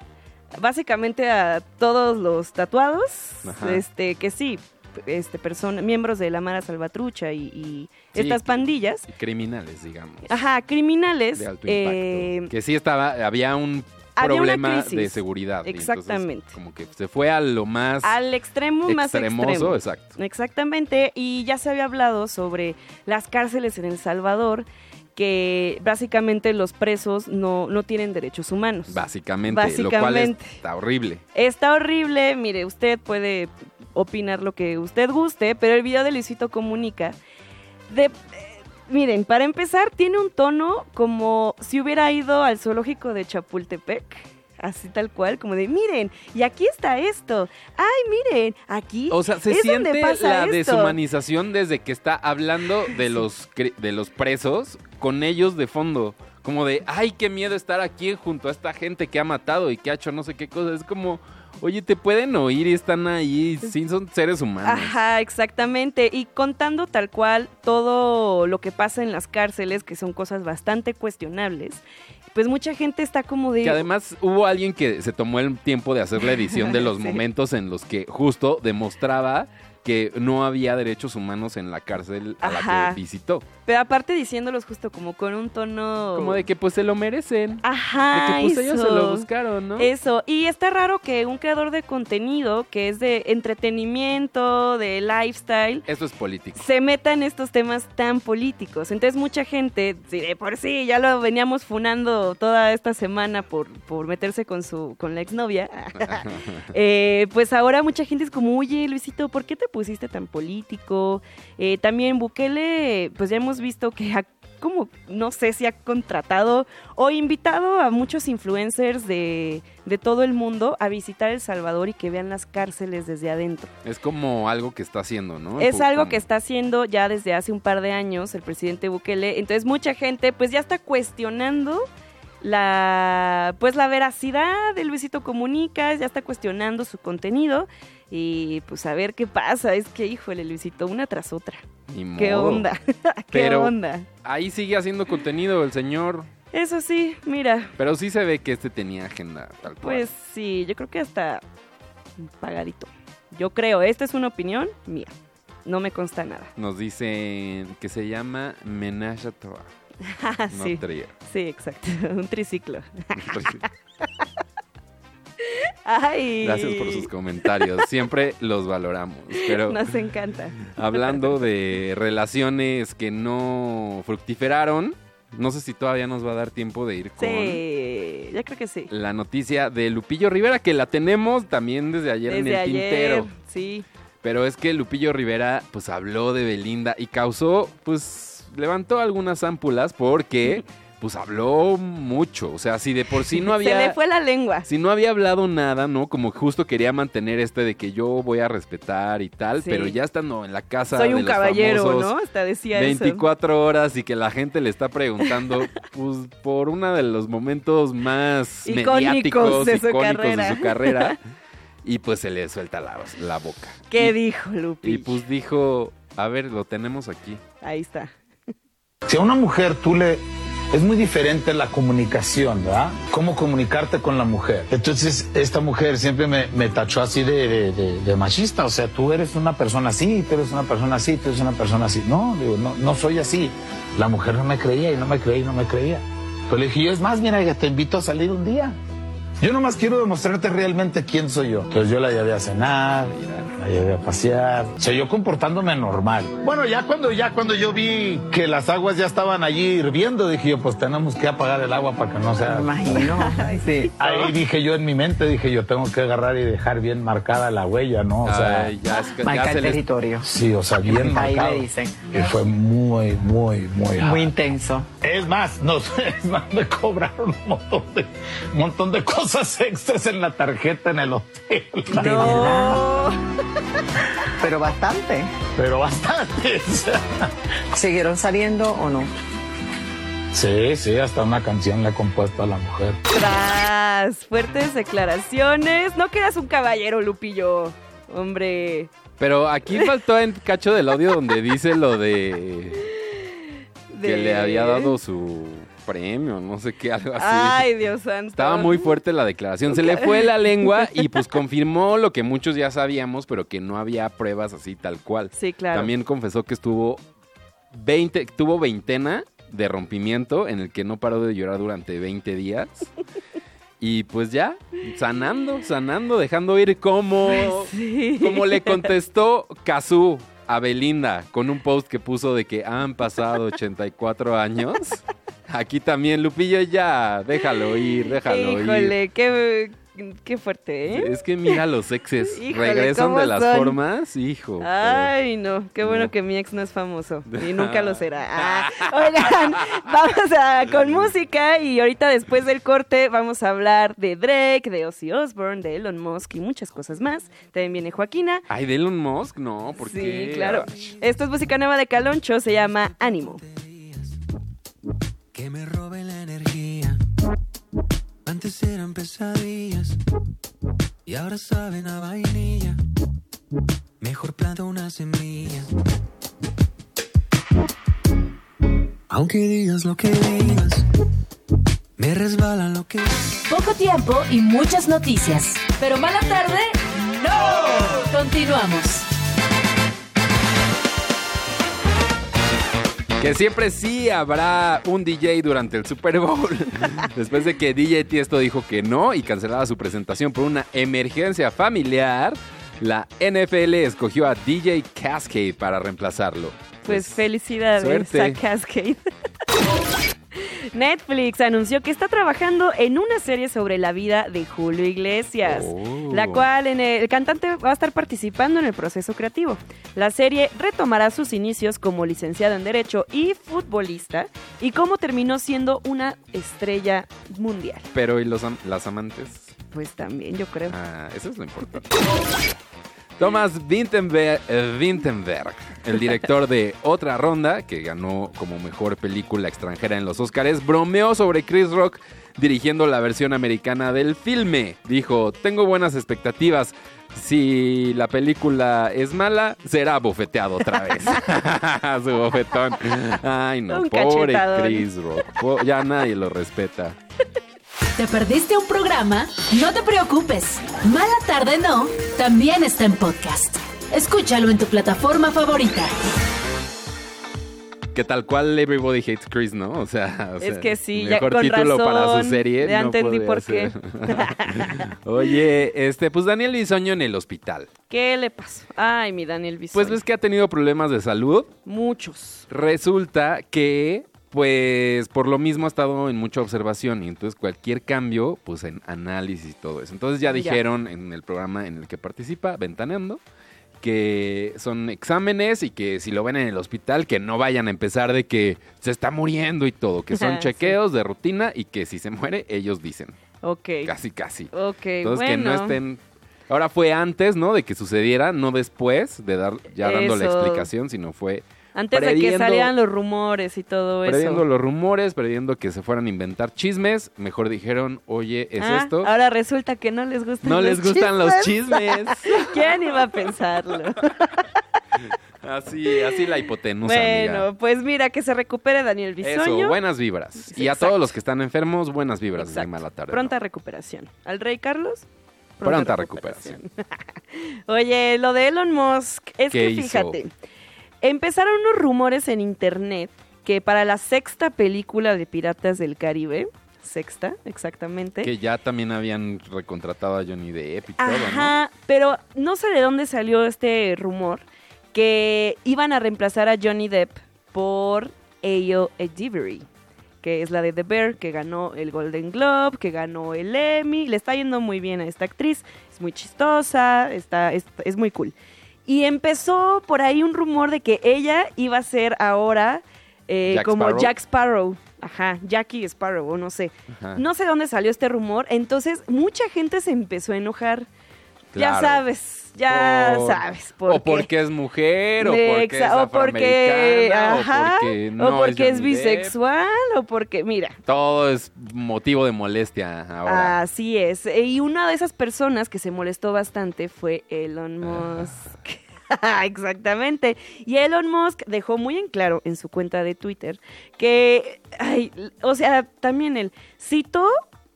Speaker 2: básicamente a todos los tatuados,
Speaker 3: Ajá.
Speaker 2: este que sí, este persona, miembros de la Mara Salvatrucha y, y
Speaker 3: Sí.
Speaker 2: estas pandillas,
Speaker 3: Y criminales, digamos.
Speaker 2: ajá, criminales,
Speaker 3: De alto impacto.
Speaker 2: eh,
Speaker 3: que sí estaba, había un
Speaker 2: había una
Speaker 3: problema
Speaker 2: crisis.
Speaker 3: de seguridad. y entonces
Speaker 2: Exactamente.
Speaker 3: como que se fue a lo más
Speaker 2: al extremo más
Speaker 3: extremoso,
Speaker 2: extremo.
Speaker 3: exacto.
Speaker 2: Exactamente, y ya se había hablado sobre las cárceles en El Salvador, que básicamente los presos no, no tienen derechos humanos.
Speaker 3: Básicamente, lo cual
Speaker 2: Básicamente.
Speaker 3: está horrible.
Speaker 2: Está horrible, mire, usted puede opinar lo que usted guste, pero el video de Luisito Comunica, de, eh, miren, para empezar, tiene un tono como si hubiera ido al zoológico de Chapultepec. Así tal cual, como de, miren, y aquí está esto. Ay, miren, aquí
Speaker 3: O sea, se
Speaker 2: Es donde
Speaker 3: siente
Speaker 2: pasa
Speaker 3: la
Speaker 2: esto.
Speaker 3: deshumanización desde que está hablando de los cri- de los presos con ellos de fondo. Como de, ay, qué miedo estar aquí junto a esta gente que ha matado y que ha hecho no sé qué cosas. Es como, oye, te pueden oír y están ahí, sí, son seres humanos.
Speaker 2: Ajá, exactamente. Y contando tal cual todo lo que pasa en las cárceles, que son cosas bastante cuestionables, pues mucha gente está como de...
Speaker 3: Que además hubo alguien que se tomó el tiempo de hacer la edición de
Speaker 2: [LAUGHS]
Speaker 3: los
Speaker 2: Sí.
Speaker 3: momentos en los que justo demostraba que no había derechos humanos en la cárcel a la
Speaker 2: Ajá.
Speaker 3: que visitó.
Speaker 2: Pero aparte diciéndolos justo como con un tono...
Speaker 3: Como de que pues se lo merecen.
Speaker 2: Ajá,
Speaker 3: de que pues ellos se
Speaker 2: eso.
Speaker 3: lo buscaron, ¿no?
Speaker 2: Eso, y está raro que un creador de contenido que es de entretenimiento, de lifestyle,
Speaker 3: Esto es
Speaker 2: [LAUGHS]
Speaker 3: político.
Speaker 2: se meta en estos temas tan políticos. Entonces mucha gente, si de por sí, ya lo veníamos funando toda esta semana por, por meterse con su con la exnovia, eh, pues ahora mucha gente es como, oye Luisito, ¿por qué te pusiste tan político? Eh, también Bukele, pues ya hemos visto que ha como, no sé si ha contratado o invitado a muchos influencers de, de todo el mundo a visitar El Salvador y que vean las cárceles desde adentro.
Speaker 3: [LAUGHS] Es como algo que está haciendo, ¿no? Pues,
Speaker 2: Es
Speaker 3: Como-
Speaker 2: algo que está haciendo ya desde hace un par de años el presidente Bukele. Entonces mucha gente pues ya está cuestionando la pues la veracidad de Luisito Comunicas, ya está cuestionando su contenido y pues a ver qué pasa, es que híjole Luisito, una tras otra.
Speaker 3: Ni
Speaker 2: ¿Qué
Speaker 3: modo.
Speaker 2: onda? [LAUGHS] ¿Qué
Speaker 3: Pero-
Speaker 2: onda?
Speaker 3: Ahí sigue haciendo contenido el señor,
Speaker 2: Eso sí, mira,
Speaker 3: pero sí se ve que este tenía agenda tal cual.
Speaker 2: pues sí, yo creo que hasta pagadito. Yo creo, esta es una opinión mía. No me consta nada. [LAUGHS]
Speaker 3: Nos dicen que se llama Menage à Trois, no
Speaker 2: Ah,
Speaker 3: Pues
Speaker 2: sí, [LAUGHS]
Speaker 3: Trier.
Speaker 2: sí, exacto. Un triciclo. Ay.
Speaker 3: Gracias por sus comentarios, siempre los valoramos. Pero
Speaker 2: Nos encanta.
Speaker 3: hablando de relaciones que no fructiferaron, no sé si todavía nos va a dar tiempo de ir con
Speaker 2: Sí, yo creo que sí.
Speaker 3: la noticia de Lupillo Rivera, que la tenemos también desde ayer en el
Speaker 2: Desde ayer,
Speaker 3: tintero.
Speaker 2: sí.
Speaker 3: Pero es que Lupillo Rivera pues habló de Belinda y causó, pues levantó algunas ámpulas porque pues habló mucho. O sea, si de por sí no
Speaker 2: [LAUGHS]
Speaker 3: había...
Speaker 2: Se le fue la lengua.
Speaker 3: Si no había hablado nada, ¿no? Como justo quería mantener este de que yo voy a respetar y tal,
Speaker 2: Sí.
Speaker 3: pero ya estando en la casa
Speaker 2: Soy
Speaker 3: de
Speaker 2: un
Speaker 3: los
Speaker 2: caballero,
Speaker 3: famosos,
Speaker 2: ¿no? Hasta decía eso.
Speaker 3: 24 horas y que la gente le
Speaker 2: [LAUGHS]
Speaker 3: está preguntando pues, por uno de los momentos más
Speaker 2: Icónicos
Speaker 3: mediáticos,
Speaker 2: de su
Speaker 3: icónicos de
Speaker 2: carrera. [LAUGHS]
Speaker 3: su carrera. Y pues se le suelta la, la boca.
Speaker 2: ¿Qué
Speaker 3: Y-
Speaker 2: dijo Lupi?
Speaker 3: y pues dijo, a ver, lo tenemos aquí.
Speaker 2: Ahí está.
Speaker 4: Si a una mujer tú le... Es muy diferente la comunicación, ¿verdad? Cómo comunicarte con la mujer. Entonces, esta mujer siempre me, me tachó así de, de- de- de machista. O sea, tú eres una persona así, tú eres una persona así, tú eres una persona así. No, digo, no, no soy así. La mujer no me creía y no me creía y no me creía. Pero le dije, yo es más, mira, ya te invito a salir un día. Yo nomás quiero demostrarte realmente quién soy yo. Entonces yo la llevé a cenar, la llevé a pasear. O sea, yo comportándome normal. Bueno, ya cuando, ya cuando yo vi que las aguas ya estaban allí hirviendo, dije yo, pues tenemos que apagar el agua para que no sea... Sí. Ahí dije yo en mi mente, dije yo, tengo que agarrar y dejar bien marcada la huella, ¿no? O sea,
Speaker 3: Ay, ya, es que- ya
Speaker 5: Marca
Speaker 3: se
Speaker 5: el
Speaker 3: les-
Speaker 5: territorio.
Speaker 4: sí, o sea, bien
Speaker 5: Ahí
Speaker 4: marcado.
Speaker 5: le dicen.
Speaker 4: Y fue muy, muy, muy...
Speaker 5: Muy
Speaker 4: hard.
Speaker 5: intenso.
Speaker 4: Es más, no, [LAUGHS] es más, me cobraron un montón de, un montón de cosas extras en la tarjeta en el hotel.
Speaker 5: De verdad. Pero bastante.
Speaker 4: Pero bastantes.
Speaker 5: ¿Siguieron saliendo o no?
Speaker 4: [LAUGHS] Sí, sí, hasta una canción le he compuesto a la mujer.
Speaker 2: Tras fuertes declaraciones. No que eras un caballero, Lupillo. Hombre.
Speaker 3: Pero aquí faltó en cacho del audio donde dice lo de
Speaker 2: de-
Speaker 3: que le había dado su premio, no sé qué, algo así.
Speaker 2: Ay, Dios santo.
Speaker 3: Estaba muy fuerte la declaración. Se le fue la lengua
Speaker 2: [LAUGHS]
Speaker 3: y pues confirmó lo que muchos ya sabíamos, pero que no había pruebas así tal cual.
Speaker 2: Sí, claro.
Speaker 3: También confesó que estuvo 20, tuvo veintena de rompimiento en el que no paró de llorar durante
Speaker 2: [LAUGHS]
Speaker 3: 20 días. Y pues ya, sanando, sanando, dejando ir como,
Speaker 2: [LAUGHS] [LAUGHS] Sí.
Speaker 3: como le contestó Kazú a Belinda con un post que puso de que han pasado 84 años. Aquí también, Lupillo, ya, déjalo ir, déjalo ir.
Speaker 2: Híjole, qué, qué fuerte, ¿eh?
Speaker 3: Es que mira los exes,
Speaker 2: Híjole,
Speaker 3: regresan
Speaker 2: ¿cómo
Speaker 3: de las
Speaker 2: son?
Speaker 3: formas, hijo. pero-
Speaker 2: Ay, no, qué bueno
Speaker 3: No.
Speaker 2: que mi ex no es
Speaker 3: [LAUGHS]
Speaker 2: famoso y nunca lo será. Ah, oigan, [LAUGHS] vamos a, con música y ahorita después del corte vamos a hablar de Drake, de Ozzy Osbourne, de Elon Musk y muchas cosas más. También viene Joaquina.
Speaker 3: Ay, de Elon Musk, no, porque.
Speaker 2: Sí, claro. Esto es música nueva de Caloncho, se llama Ánimo.
Speaker 6: que me robe la energía. Antes eran pesadillas y ahora saben a vainilla. Mejor planta una semilla. Aunque digas lo que digas, me resbala lo que
Speaker 1: Poco tiempo y muchas noticias. Pero mala tarde, no. Continuamos.
Speaker 3: Que siempre sí habrá un DJ durante el Super Bowl. Después de que DJ Tiesto dijo que no y cancelaba su presentación por una emergencia familiar, la NFL escogió a DJ Cascade para reemplazarlo.
Speaker 2: Pues felicidades
Speaker 3: suerte.
Speaker 2: a Cascade. [LAUGHS] Netflix anunció que está trabajando en una serie sobre la vida de Julio Iglesias,
Speaker 3: Oh.
Speaker 2: la cual en el, el cantante va a estar participando en el proceso creativo. La serie retomará sus inicios como licenciado en Derecho y futbolista y cómo terminó siendo una estrella mundial.
Speaker 3: Pero ¿y los am- las amantes?
Speaker 2: Pues también, yo creo.
Speaker 3: Ah, eso es lo importante. Thomas Vinterberg, el director de Otra Ronda, que ganó como mejor película extranjera en los Oscars, bromeó sobre Chris Rock dirigiendo la versión americana del filme. Dijo, tengo buenas expectativas. Si la película es mala, será bofeteado otra vez. [LAUGHS] Su bofetón. Ay, no,
Speaker 2: Un
Speaker 3: pobre
Speaker 2: cachetadón.
Speaker 3: Chris Rock. Po- ya nadie lo respeta.
Speaker 1: ¿Te perdiste un programa? No te preocupes. Mala tarde no, también está en podcast. Escúchalo en tu plataforma favorita.
Speaker 3: Que tal cual Everybody Hates Chris, ¿no? O sea, o
Speaker 2: Es
Speaker 3: sea,
Speaker 2: que sí, ya
Speaker 3: mejor
Speaker 2: con
Speaker 3: título para su
Speaker 2: razón,
Speaker 3: serie.
Speaker 2: ya
Speaker 3: no
Speaker 2: entendí
Speaker 3: podría
Speaker 2: por qué.
Speaker 3: ser. [LAUGHS] Oye, este, pues Daniel Bisoño en el hospital.
Speaker 2: ¿Qué le pasó? Ay, mi Daniel Bisoño.
Speaker 3: Pues ves que ha tenido problemas de salud.
Speaker 2: Muchos.
Speaker 3: Resulta que, pues, por lo mismo ha estado en mucha observación y entonces cualquier cambio, pues en análisis y todo eso. Entonces ya
Speaker 2: Ya.
Speaker 3: dijeron en el programa en el que participa, Ventaneando, que son exámenes y que si lo ven en el hospital, que no vayan a empezar de que se está muriendo y todo, que son
Speaker 2: [LAUGHS] Sí.
Speaker 3: chequeos de rutina y que si se muere, ellos dicen.
Speaker 2: Ok.
Speaker 3: Casi, casi.
Speaker 2: Ok,
Speaker 3: Entonces que
Speaker 2: bueno.
Speaker 3: no estén. Ahora fue antes, ¿no? De que sucediera, no después de dar, ya dando la
Speaker 2: Eso.
Speaker 3: explicación, sino fue
Speaker 2: Antes de que
Speaker 3: previendo-
Speaker 2: salieran los rumores y todo
Speaker 3: Perdiendo
Speaker 2: eso.
Speaker 3: los rumores, perdiendo que se fueran a inventar chismes, mejor dijeron, oye, es
Speaker 2: Ah,
Speaker 3: esto.
Speaker 2: Ahora resulta que no les gustan
Speaker 3: No
Speaker 2: los
Speaker 3: les gustan los
Speaker 2: chismes.
Speaker 3: chismes.
Speaker 2: [LAUGHS] ¿Quién iba a
Speaker 3: [LAUGHS]
Speaker 2: pensarlo?
Speaker 3: Así, así la hipotenusa.
Speaker 2: bueno,
Speaker 3: amiga.
Speaker 2: pues mira, que se recupere Daniel Bisoño.
Speaker 3: Eso, buenas vibras. Y a
Speaker 2: Exacto.
Speaker 3: todos los que están enfermos, buenas vibras. desde
Speaker 2: Exacto.
Speaker 3: Mala tarde.
Speaker 2: Pronta recuperación. Al rey Carlos.
Speaker 3: Pronta recuperación.
Speaker 2: [LAUGHS] Oye, lo de Elon Musk, es
Speaker 3: ¿Qué
Speaker 2: que
Speaker 3: hizo?
Speaker 2: fíjate, empezaron unos rumores en internet que para la sexta película de Piratas del Caribe, sexta exactamente,
Speaker 3: ¿no? Que ya también habían recontratado a Johnny Depp y todo, ¿no?
Speaker 2: Ajá, pero no sé de dónde salió este rumor que iban a reemplazar a Johnny Depp por Ayo Edivery, que es la de The Bear, que ganó el Golden Globe, que ganó el Emmy. Le está yendo muy bien a esta actriz, es muy chistosa, está, es, es muy cool. Y empezó por ahí un rumor de que ella iba a ser ahora eh,
Speaker 3: Jack
Speaker 2: como
Speaker 3: Sparrow.
Speaker 2: Jack Sparrow. Ajá, Jackie Sparrow, o no sé.
Speaker 3: Ajá.
Speaker 2: No sé dónde salió este rumor, entonces mucha gente se empezó a enojar. Ya
Speaker 3: Claro.
Speaker 2: sabes, ya
Speaker 3: Por-
Speaker 2: sabes. por
Speaker 3: o
Speaker 2: qué.
Speaker 3: porque es mujer, o
Speaker 2: De
Speaker 3: porque es
Speaker 2: exa- o porque-
Speaker 3: afroamericana,
Speaker 2: ajá,
Speaker 3: o porque no
Speaker 2: o porque es,
Speaker 3: Johnny Depp.
Speaker 2: bisexual, o porque, mira,
Speaker 3: Todo es motivo de molestia ahora.
Speaker 2: así es. Eh, Y una de esas personas que se molestó bastante fue Elon
Speaker 3: Ah.
Speaker 2: Musk. [LAUGHS] Exactamente. Y Elon Musk dejó muy en claro en su cuenta de Twitter que, ay, o sea, también él citó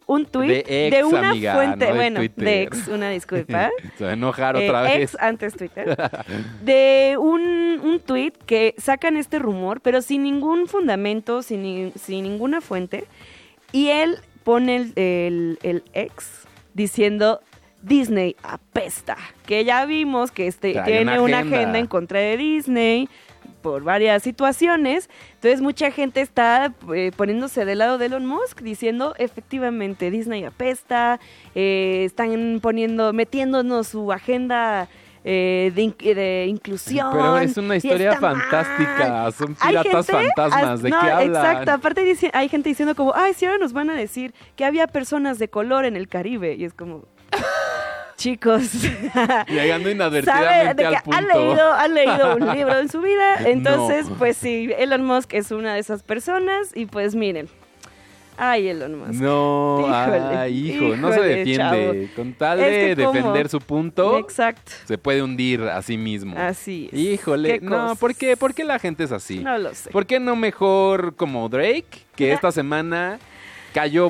Speaker 2: un tweet
Speaker 3: De
Speaker 2: de,
Speaker 3: ex,
Speaker 2: una
Speaker 3: amiga,
Speaker 2: fuente,
Speaker 3: no de
Speaker 2: bueno,
Speaker 3: Twitter.
Speaker 2: de ex, una disculpa.
Speaker 3: [LAUGHS] Se va a enojar
Speaker 2: Eh,
Speaker 3: otra vez.
Speaker 2: Ex antes
Speaker 3: [LAUGHS]
Speaker 2: Twitter. De un, un tweet que sacan este rumor, pero sin ningún fundamento, sin, ni- sin ninguna fuente. Y él pone el, el- el ex diciendo Disney apesta. Que ya vimos que este,
Speaker 3: Trae
Speaker 2: tiene
Speaker 3: una
Speaker 2: una
Speaker 3: agenda.
Speaker 2: agenda en contra de Disney por varias situaciones. Entonces mucha gente está eh, poniéndose del lado de Elon Musk diciendo, efectivamente, Disney apesta, eh, están poniendo, metiéndonos su agenda eh, de, in- de inclusión.
Speaker 3: Pero es una
Speaker 2: y
Speaker 3: historia
Speaker 2: está mal.
Speaker 3: fantástica. Son
Speaker 2: Hay
Speaker 3: piratas
Speaker 2: gente-
Speaker 3: fantasmas.
Speaker 2: as-
Speaker 3: ¿De
Speaker 2: no,
Speaker 3: qué hablan?
Speaker 2: Exacto, aparte dice- hay gente diciendo como, ay, si ahora nos van a decir que había personas de color en el Caribe. Y es
Speaker 3: [LAUGHS]
Speaker 2: como, chicos,
Speaker 3: Llegando
Speaker 2: sabe
Speaker 3: inadvertidamente
Speaker 2: de que
Speaker 3: al
Speaker 2: ha
Speaker 3: punto.
Speaker 2: leído, ha leído un libro en su vida.
Speaker 3: [LAUGHS] No.
Speaker 2: Entonces, pues sí, Elon Musk es una de esas personas y pues miren. Ay, Elon Musk.
Speaker 3: No,
Speaker 2: Híjole,
Speaker 3: ay, hijo, no se
Speaker 2: híjole,
Speaker 3: defiende. Con tal
Speaker 2: Es
Speaker 3: de
Speaker 2: que cómo.
Speaker 3: defender su punto,
Speaker 2: Exacto.
Speaker 3: se puede hundir a sí mismo.
Speaker 2: Así es.
Speaker 3: Híjole,
Speaker 2: Qué
Speaker 3: no,
Speaker 2: cosas.
Speaker 3: ¿por qué? ¿Por qué la gente es así?
Speaker 2: No lo sé.
Speaker 3: ¿Por [LAUGHS] qué no mejor como Drake, que esta semana cayó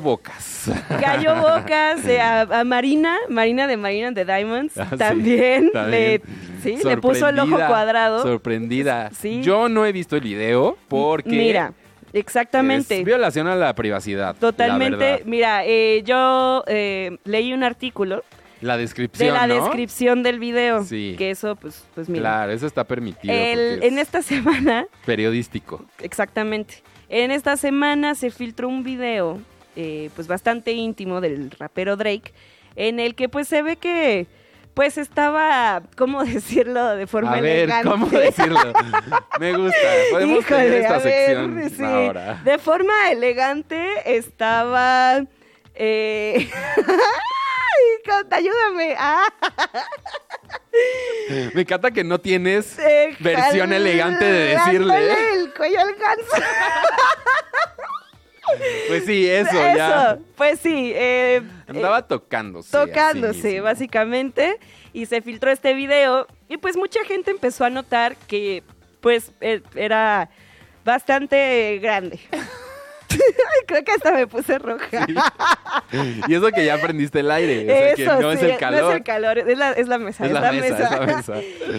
Speaker 2: [LAUGHS]
Speaker 3: bocas?
Speaker 2: Gallo Bocas eh, a, a Marina, Marina de Marina de Diamonds,
Speaker 3: Ah, sí,
Speaker 2: también,
Speaker 3: también.
Speaker 2: Le, sí, le puso el ojo
Speaker 3: Sorprendida,
Speaker 2: cuadrado.
Speaker 3: Sorprendida.
Speaker 2: Sí.
Speaker 3: Yo no he visto el video porque
Speaker 2: Mira, exactamente.
Speaker 3: es violación a la privacidad. La,
Speaker 2: Totalmente,
Speaker 3: verdad.
Speaker 2: mira, eh, yo eh, leí un artículo
Speaker 3: La
Speaker 2: de
Speaker 3: descripción.
Speaker 2: la
Speaker 3: ¿no?
Speaker 2: descripción del video,
Speaker 3: Sí.
Speaker 2: que eso, pues, pues mira,
Speaker 3: Claro, eso está permitido.
Speaker 2: El-
Speaker 3: porque es
Speaker 2: en esta semana, [LAUGHS]
Speaker 3: periodístico.
Speaker 2: exactamente, En esta semana se filtró un video, eh, pues bastante íntimo del rapero Drake, en el que pues se ve que pues estaba, ¿cómo [LAUGHS] decirlo de forma
Speaker 3: a ver,
Speaker 2: elegante? [LAUGHS]
Speaker 3: ¿cómo decirlo? Me gusta. Podemos tener
Speaker 2: Híjole,
Speaker 3: esta
Speaker 2: a
Speaker 3: sección
Speaker 2: ver, sí.
Speaker 3: ahora.
Speaker 2: De forma elegante estaba. eh, [LAUGHS] ay, canta, ayúdame. Ah,
Speaker 3: Me encanta que no tienes
Speaker 2: eh,
Speaker 3: versión elegante
Speaker 2: [LAUGHS]
Speaker 3: de decirle. ¿eh?
Speaker 2: jalándole El cuello al ganso.
Speaker 3: Pues sí, eso, ya.
Speaker 2: Pues sí. eh, eh,
Speaker 3: Andaba tocándose. a sí
Speaker 2: tocándose,
Speaker 3: mismo.
Speaker 2: básicamente. Y se filtró este video. Y pues mucha gente empezó a notar que, pues, eh, era bastante grande. [LAUGHS] Ay, Creo que hasta me puse roja.
Speaker 3: Y eso que ya prendiste el aire. O sea, que
Speaker 2: Eso,
Speaker 3: no es
Speaker 2: sí,
Speaker 3: el calor.
Speaker 2: No es el calor, es la, es la mesa.
Speaker 3: Es la mesa, es la mesa.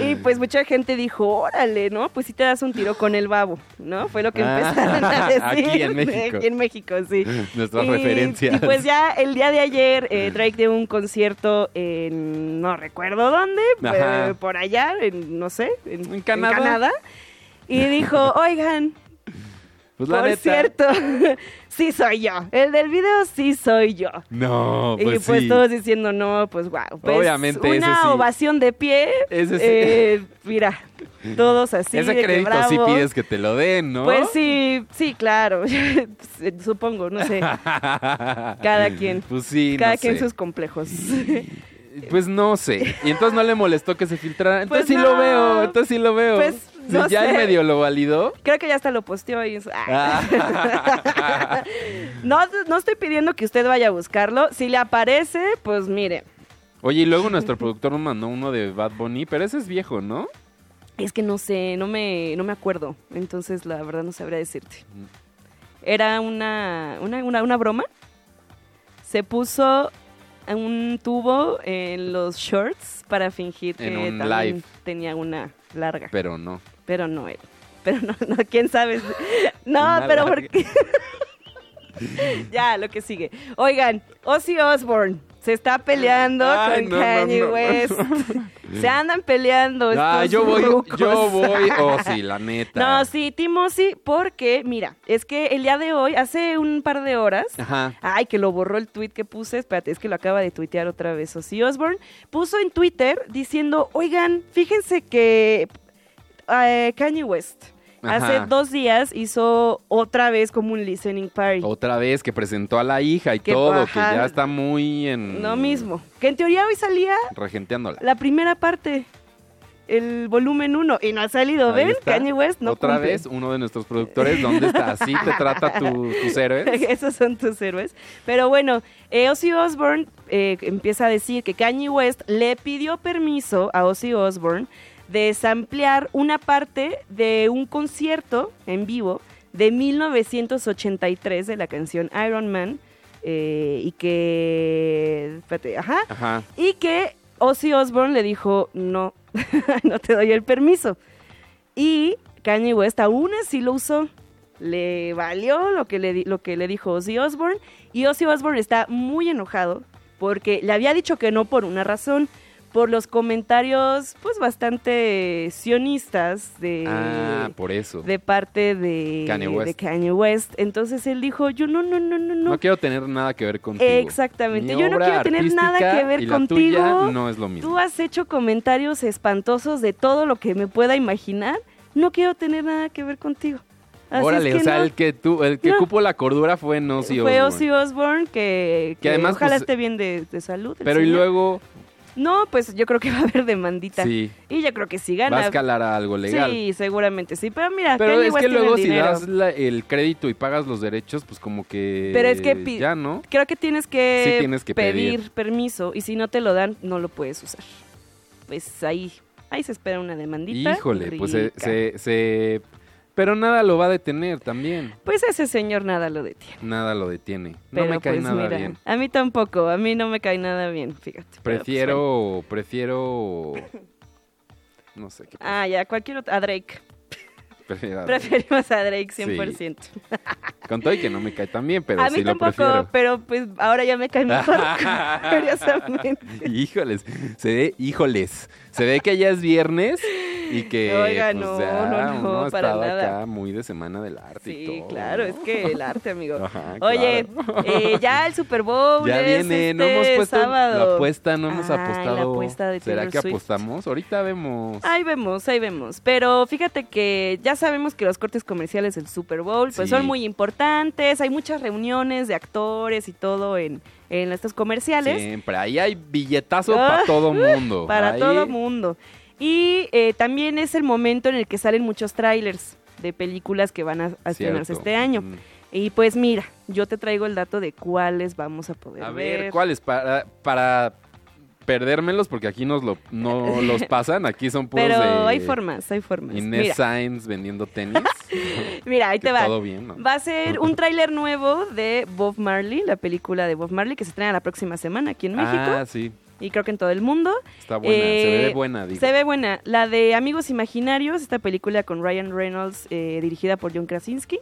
Speaker 2: y pues mucha gente dijo, órale, ¿no? Pues sí te das un tiro con el babo, ¿no? Fue lo que
Speaker 3: Ah,
Speaker 2: empezaron a decir.
Speaker 3: [LAUGHS] aquí en México.
Speaker 2: Aquí en México, sí.
Speaker 3: Nuestras
Speaker 2: Y-
Speaker 3: referencias.
Speaker 2: Y pues ya el día de ayer eh, Drake dio un concierto en no recuerdo dónde,
Speaker 3: Ajá.
Speaker 2: eh, por allá, en, no sé, en,
Speaker 3: En Canadá. [LAUGHS]
Speaker 2: Y dijo, oigan,
Speaker 3: Pues la
Speaker 2: por
Speaker 3: neta.
Speaker 2: cierto, [LAUGHS] sí soy yo. El del video sí soy yo
Speaker 3: No, pues,
Speaker 2: y pues
Speaker 3: sí.
Speaker 2: todos diciendo, no, pues wow. Pues,
Speaker 3: Obviamente, ese
Speaker 2: Una
Speaker 3: sí.
Speaker 2: ovación de pie.
Speaker 3: Ese sí.
Speaker 2: eh, mira, todos así.
Speaker 3: [LAUGHS] Ese
Speaker 2: de que
Speaker 3: crédito sí
Speaker 2: bravo.
Speaker 3: pides que te lo den, ¿no? [LAUGHS]
Speaker 2: Pues sí, sí, claro. [LAUGHS] Supongo, no sé.
Speaker 3: Cada
Speaker 2: quien.
Speaker 3: Pues [LAUGHS] sí,
Speaker 2: Cada
Speaker 3: no
Speaker 2: quien
Speaker 3: sé.
Speaker 2: sus complejos. [LAUGHS]
Speaker 3: Pues no sé. Y entonces no le molestó que se filtrara. Entonces
Speaker 2: Pues
Speaker 3: sí lo
Speaker 2: no.
Speaker 3: veo, entonces sí lo veo.
Speaker 2: Pues,
Speaker 3: Si
Speaker 2: no
Speaker 3: ya
Speaker 2: sé.
Speaker 3: en medio lo validó.
Speaker 2: Creo que ya hasta lo posteó y...
Speaker 3: Ah.
Speaker 2: no, no estoy pidiendo que usted vaya a buscarlo. Si le aparece, pues mire.
Speaker 3: [LAUGHS] Oye, y luego nuestro productor nos mandó uno de Bad Bunny, pero ese es viejo, ¿no?
Speaker 2: Es que no sé, no me, no me acuerdo. Entonces, la verdad, no sabría decirte. Era una, una, una, una broma. Se puso un tubo en los shorts para fingir que
Speaker 3: En un
Speaker 2: también
Speaker 3: live.
Speaker 2: tenía una larga. Pero,
Speaker 3: Pero no.
Speaker 2: no era. Pero no, no, quién
Speaker 3: [LAUGHS]
Speaker 2: sabe. No,
Speaker 3: Una
Speaker 2: pero
Speaker 3: larga.
Speaker 2: porque. [LAUGHS] ya, lo que sigue. Oigan, Ozzy Osbourne se está peleando
Speaker 3: Ay,
Speaker 2: con
Speaker 3: no, no,
Speaker 2: Kanye
Speaker 3: no, no.
Speaker 2: West.
Speaker 3: [LAUGHS]
Speaker 2: Se andan peleando.
Speaker 3: Ah,
Speaker 2: estos
Speaker 3: yo voy,
Speaker 2: rucos.
Speaker 3: yo voy, oh sí, la neta.
Speaker 2: No, sí, Timothy, porque, mira, es que el día de hoy, hace un par de horas,
Speaker 3: Ajá.
Speaker 2: ay, que lo borró el tweet que puse, espérate, es que lo acaba de tuitear otra vez Ozzy Osbourne, puso en Twitter diciendo, oigan, fíjense que eh, Kanye West
Speaker 3: Ajá.
Speaker 2: hace dos días hizo otra vez como un listening party.
Speaker 3: Otra vez que presentó a la hija y
Speaker 2: Que,
Speaker 3: todo,
Speaker 2: ajá.
Speaker 3: que ya está muy en...
Speaker 2: Lo mismo. Que en teoría hoy salía
Speaker 3: Regenteándola.
Speaker 2: la primera parte, el volumen 1, y no ha salido,
Speaker 3: Ahí
Speaker 2: ¿ven?
Speaker 3: está.
Speaker 2: Kanye West no
Speaker 3: Otra
Speaker 2: cumple.
Speaker 3: vez, uno de nuestros productores, ¿dónde está? Así te trata tu, tus héroes.
Speaker 2: [LAUGHS] Esos son tus héroes. Pero bueno, eh, Ozzy Osbourne eh, empieza a decir que Kanye West le pidió permiso a Ozzy Osbourne de samplear una parte de un concierto en vivo de 1983 de la canción Iron Man eh, y que... espérate, ajá.
Speaker 3: Ajá.
Speaker 2: Y que Ozzy Osbourne le dijo, no, [LAUGHS] no te doy el permiso. Y Kanye West aún así lo usó. Le valió lo que le, di- lo que le dijo Ozzy Osbourne. Y Ozzy Osbourne está muy enojado porque le había dicho que no por una razón. Por los comentarios, pues, bastante sionistas de,
Speaker 3: Ah, por eso.
Speaker 2: de parte de
Speaker 3: Kanye West.
Speaker 2: de Kanye West. Entonces él dijo, yo no, no, no, no,
Speaker 3: no.
Speaker 2: no.
Speaker 3: quiero tener nada que ver contigo.
Speaker 2: Exactamente.
Speaker 3: Mi
Speaker 2: Yo no
Speaker 3: obra
Speaker 2: quiero tener nada
Speaker 3: artística
Speaker 2: que ver
Speaker 3: y la
Speaker 2: contigo.
Speaker 3: tuya no es lo mismo.
Speaker 2: Tú has hecho comentarios espantosos de todo lo que me pueda imaginar. No quiero tener nada que ver contigo. Así
Speaker 3: Órale,
Speaker 2: es que
Speaker 3: o sea,
Speaker 2: no.
Speaker 3: el que tú, el que
Speaker 2: No.
Speaker 3: cupo la cordura fue no sí
Speaker 2: fue
Speaker 3: Osbourne.
Speaker 2: Ozzy Osbourne que, que
Speaker 3: además,
Speaker 2: ojalá
Speaker 3: pues,
Speaker 2: esté bien de, de salud. el
Speaker 3: Pero y
Speaker 2: señor.
Speaker 3: luego,
Speaker 2: No, pues yo creo que va a haber demandita.
Speaker 3: sí,
Speaker 2: Y yo creo que sí
Speaker 3: va a
Speaker 2: gana.
Speaker 3: escalar a algo legal.
Speaker 2: Sí, seguramente sí. Pero mira,
Speaker 3: Pero
Speaker 2: Kanye
Speaker 3: es
Speaker 2: West
Speaker 3: que
Speaker 2: tiene
Speaker 3: luego
Speaker 2: el
Speaker 3: si
Speaker 2: dinero.
Speaker 3: das la- el crédito y pagas los derechos, pues como que
Speaker 2: Pero es que pi-
Speaker 3: ya, ¿no?
Speaker 2: Creo que tienes que,
Speaker 3: Sí, tienes que pedir.
Speaker 2: permiso y si no te lo dan, no lo puedes usar. Pues ahí, ahí se espera una demandita.
Speaker 3: Híjole, pues se,
Speaker 2: rica.
Speaker 3: se, se- Pero nada lo va a detener también.
Speaker 2: Pues ese señor nada lo detiene.
Speaker 3: Nada lo detiene.
Speaker 2: Pero
Speaker 3: no me cae
Speaker 2: pues
Speaker 3: nada
Speaker 2: mira,
Speaker 3: bien.
Speaker 2: a mí tampoco, a mí no me cae nada bien, fíjate. pero, pues, bueno.
Speaker 3: Prefiero, prefiero... No sé qué.
Speaker 2: Ah, ya, cualquier otro, a Drake.
Speaker 3: prefiero a-
Speaker 2: Preferimos a Drake
Speaker 3: Sí.
Speaker 2: 100%.
Speaker 3: Con todo y que no me cae tan bien, pero
Speaker 2: a
Speaker 3: sí
Speaker 2: mí
Speaker 3: lo
Speaker 2: tampoco,
Speaker 3: prefiero.
Speaker 2: pero pues ahora ya me cae mejor, [LAUGHS] curiosamente.
Speaker 3: [LAUGHS] Híjoles, se ve, híjoles, se ve que ya es viernes Y que
Speaker 2: Oiga,
Speaker 3: pues,
Speaker 2: no,
Speaker 3: ya
Speaker 2: no, no,
Speaker 3: uno ha
Speaker 2: para
Speaker 3: estado
Speaker 2: nada.
Speaker 3: acá muy de semana del arte y
Speaker 2: Sí,
Speaker 3: todo,
Speaker 2: claro,
Speaker 3: ¿no?
Speaker 2: es que el arte, amigo.
Speaker 3: [LAUGHS] Ajá,
Speaker 2: Oye,
Speaker 3: claro.
Speaker 2: eh, ya el Super Bowl
Speaker 3: Ya
Speaker 2: es
Speaker 3: viene, no
Speaker 2: este
Speaker 3: hemos puesto
Speaker 2: sábado.
Speaker 3: la apuesta, no hemos
Speaker 2: Ah, la
Speaker 3: apostado.
Speaker 2: apuesta de
Speaker 3: ¿Será
Speaker 2: Taylor
Speaker 3: que
Speaker 2: Swift.
Speaker 3: apostamos? Ahorita vemos.
Speaker 2: Ahí vemos, ahí vemos. Pero fíjate que ya sabemos que los cortes comerciales del Super Bowl pues
Speaker 3: Sí.
Speaker 2: son muy importantes. Hay muchas reuniones de actores y todo en, en estos comerciales.
Speaker 3: Siempre, ahí hay billetazo
Speaker 2: Ah, [LAUGHS]
Speaker 3: para todo mundo.
Speaker 2: Para
Speaker 3: Ahí-
Speaker 2: todo mundo. Y eh, también es el momento en el que salen muchos trailers de películas que van a, a estrenarse
Speaker 3: Cierto.
Speaker 2: este año.
Speaker 3: Mm.
Speaker 2: Y pues mira, yo te traigo el dato de cuáles vamos a poder
Speaker 3: A
Speaker 2: ver.
Speaker 3: ver, ¿cuáles? Para, para perdérmelos, porque aquí nos lo,
Speaker 2: [LAUGHS]
Speaker 3: no los pasan, aquí son puros
Speaker 2: Pero
Speaker 3: de
Speaker 2: hay formas, hay formas.
Speaker 3: Inés
Speaker 2: Mira,
Speaker 3: Sainz vendiendo tenis.
Speaker 2: mira, [LAUGHS] ahí
Speaker 3: Que
Speaker 2: te va.
Speaker 3: Todo bien, ¿no?
Speaker 2: Va a ser un tráiler nuevo de Bob Marley, la película de Bob Marley que se estrena la próxima semana aquí en México
Speaker 3: Ah, sí,
Speaker 2: y creo que en todo el mundo.
Speaker 3: está buena, se
Speaker 2: Eh,
Speaker 3: ve buena, digo.
Speaker 2: Se ve buena. La de Amigos Imaginarios, esta película con Ryan Reynolds eh, dirigida por John Krasinski,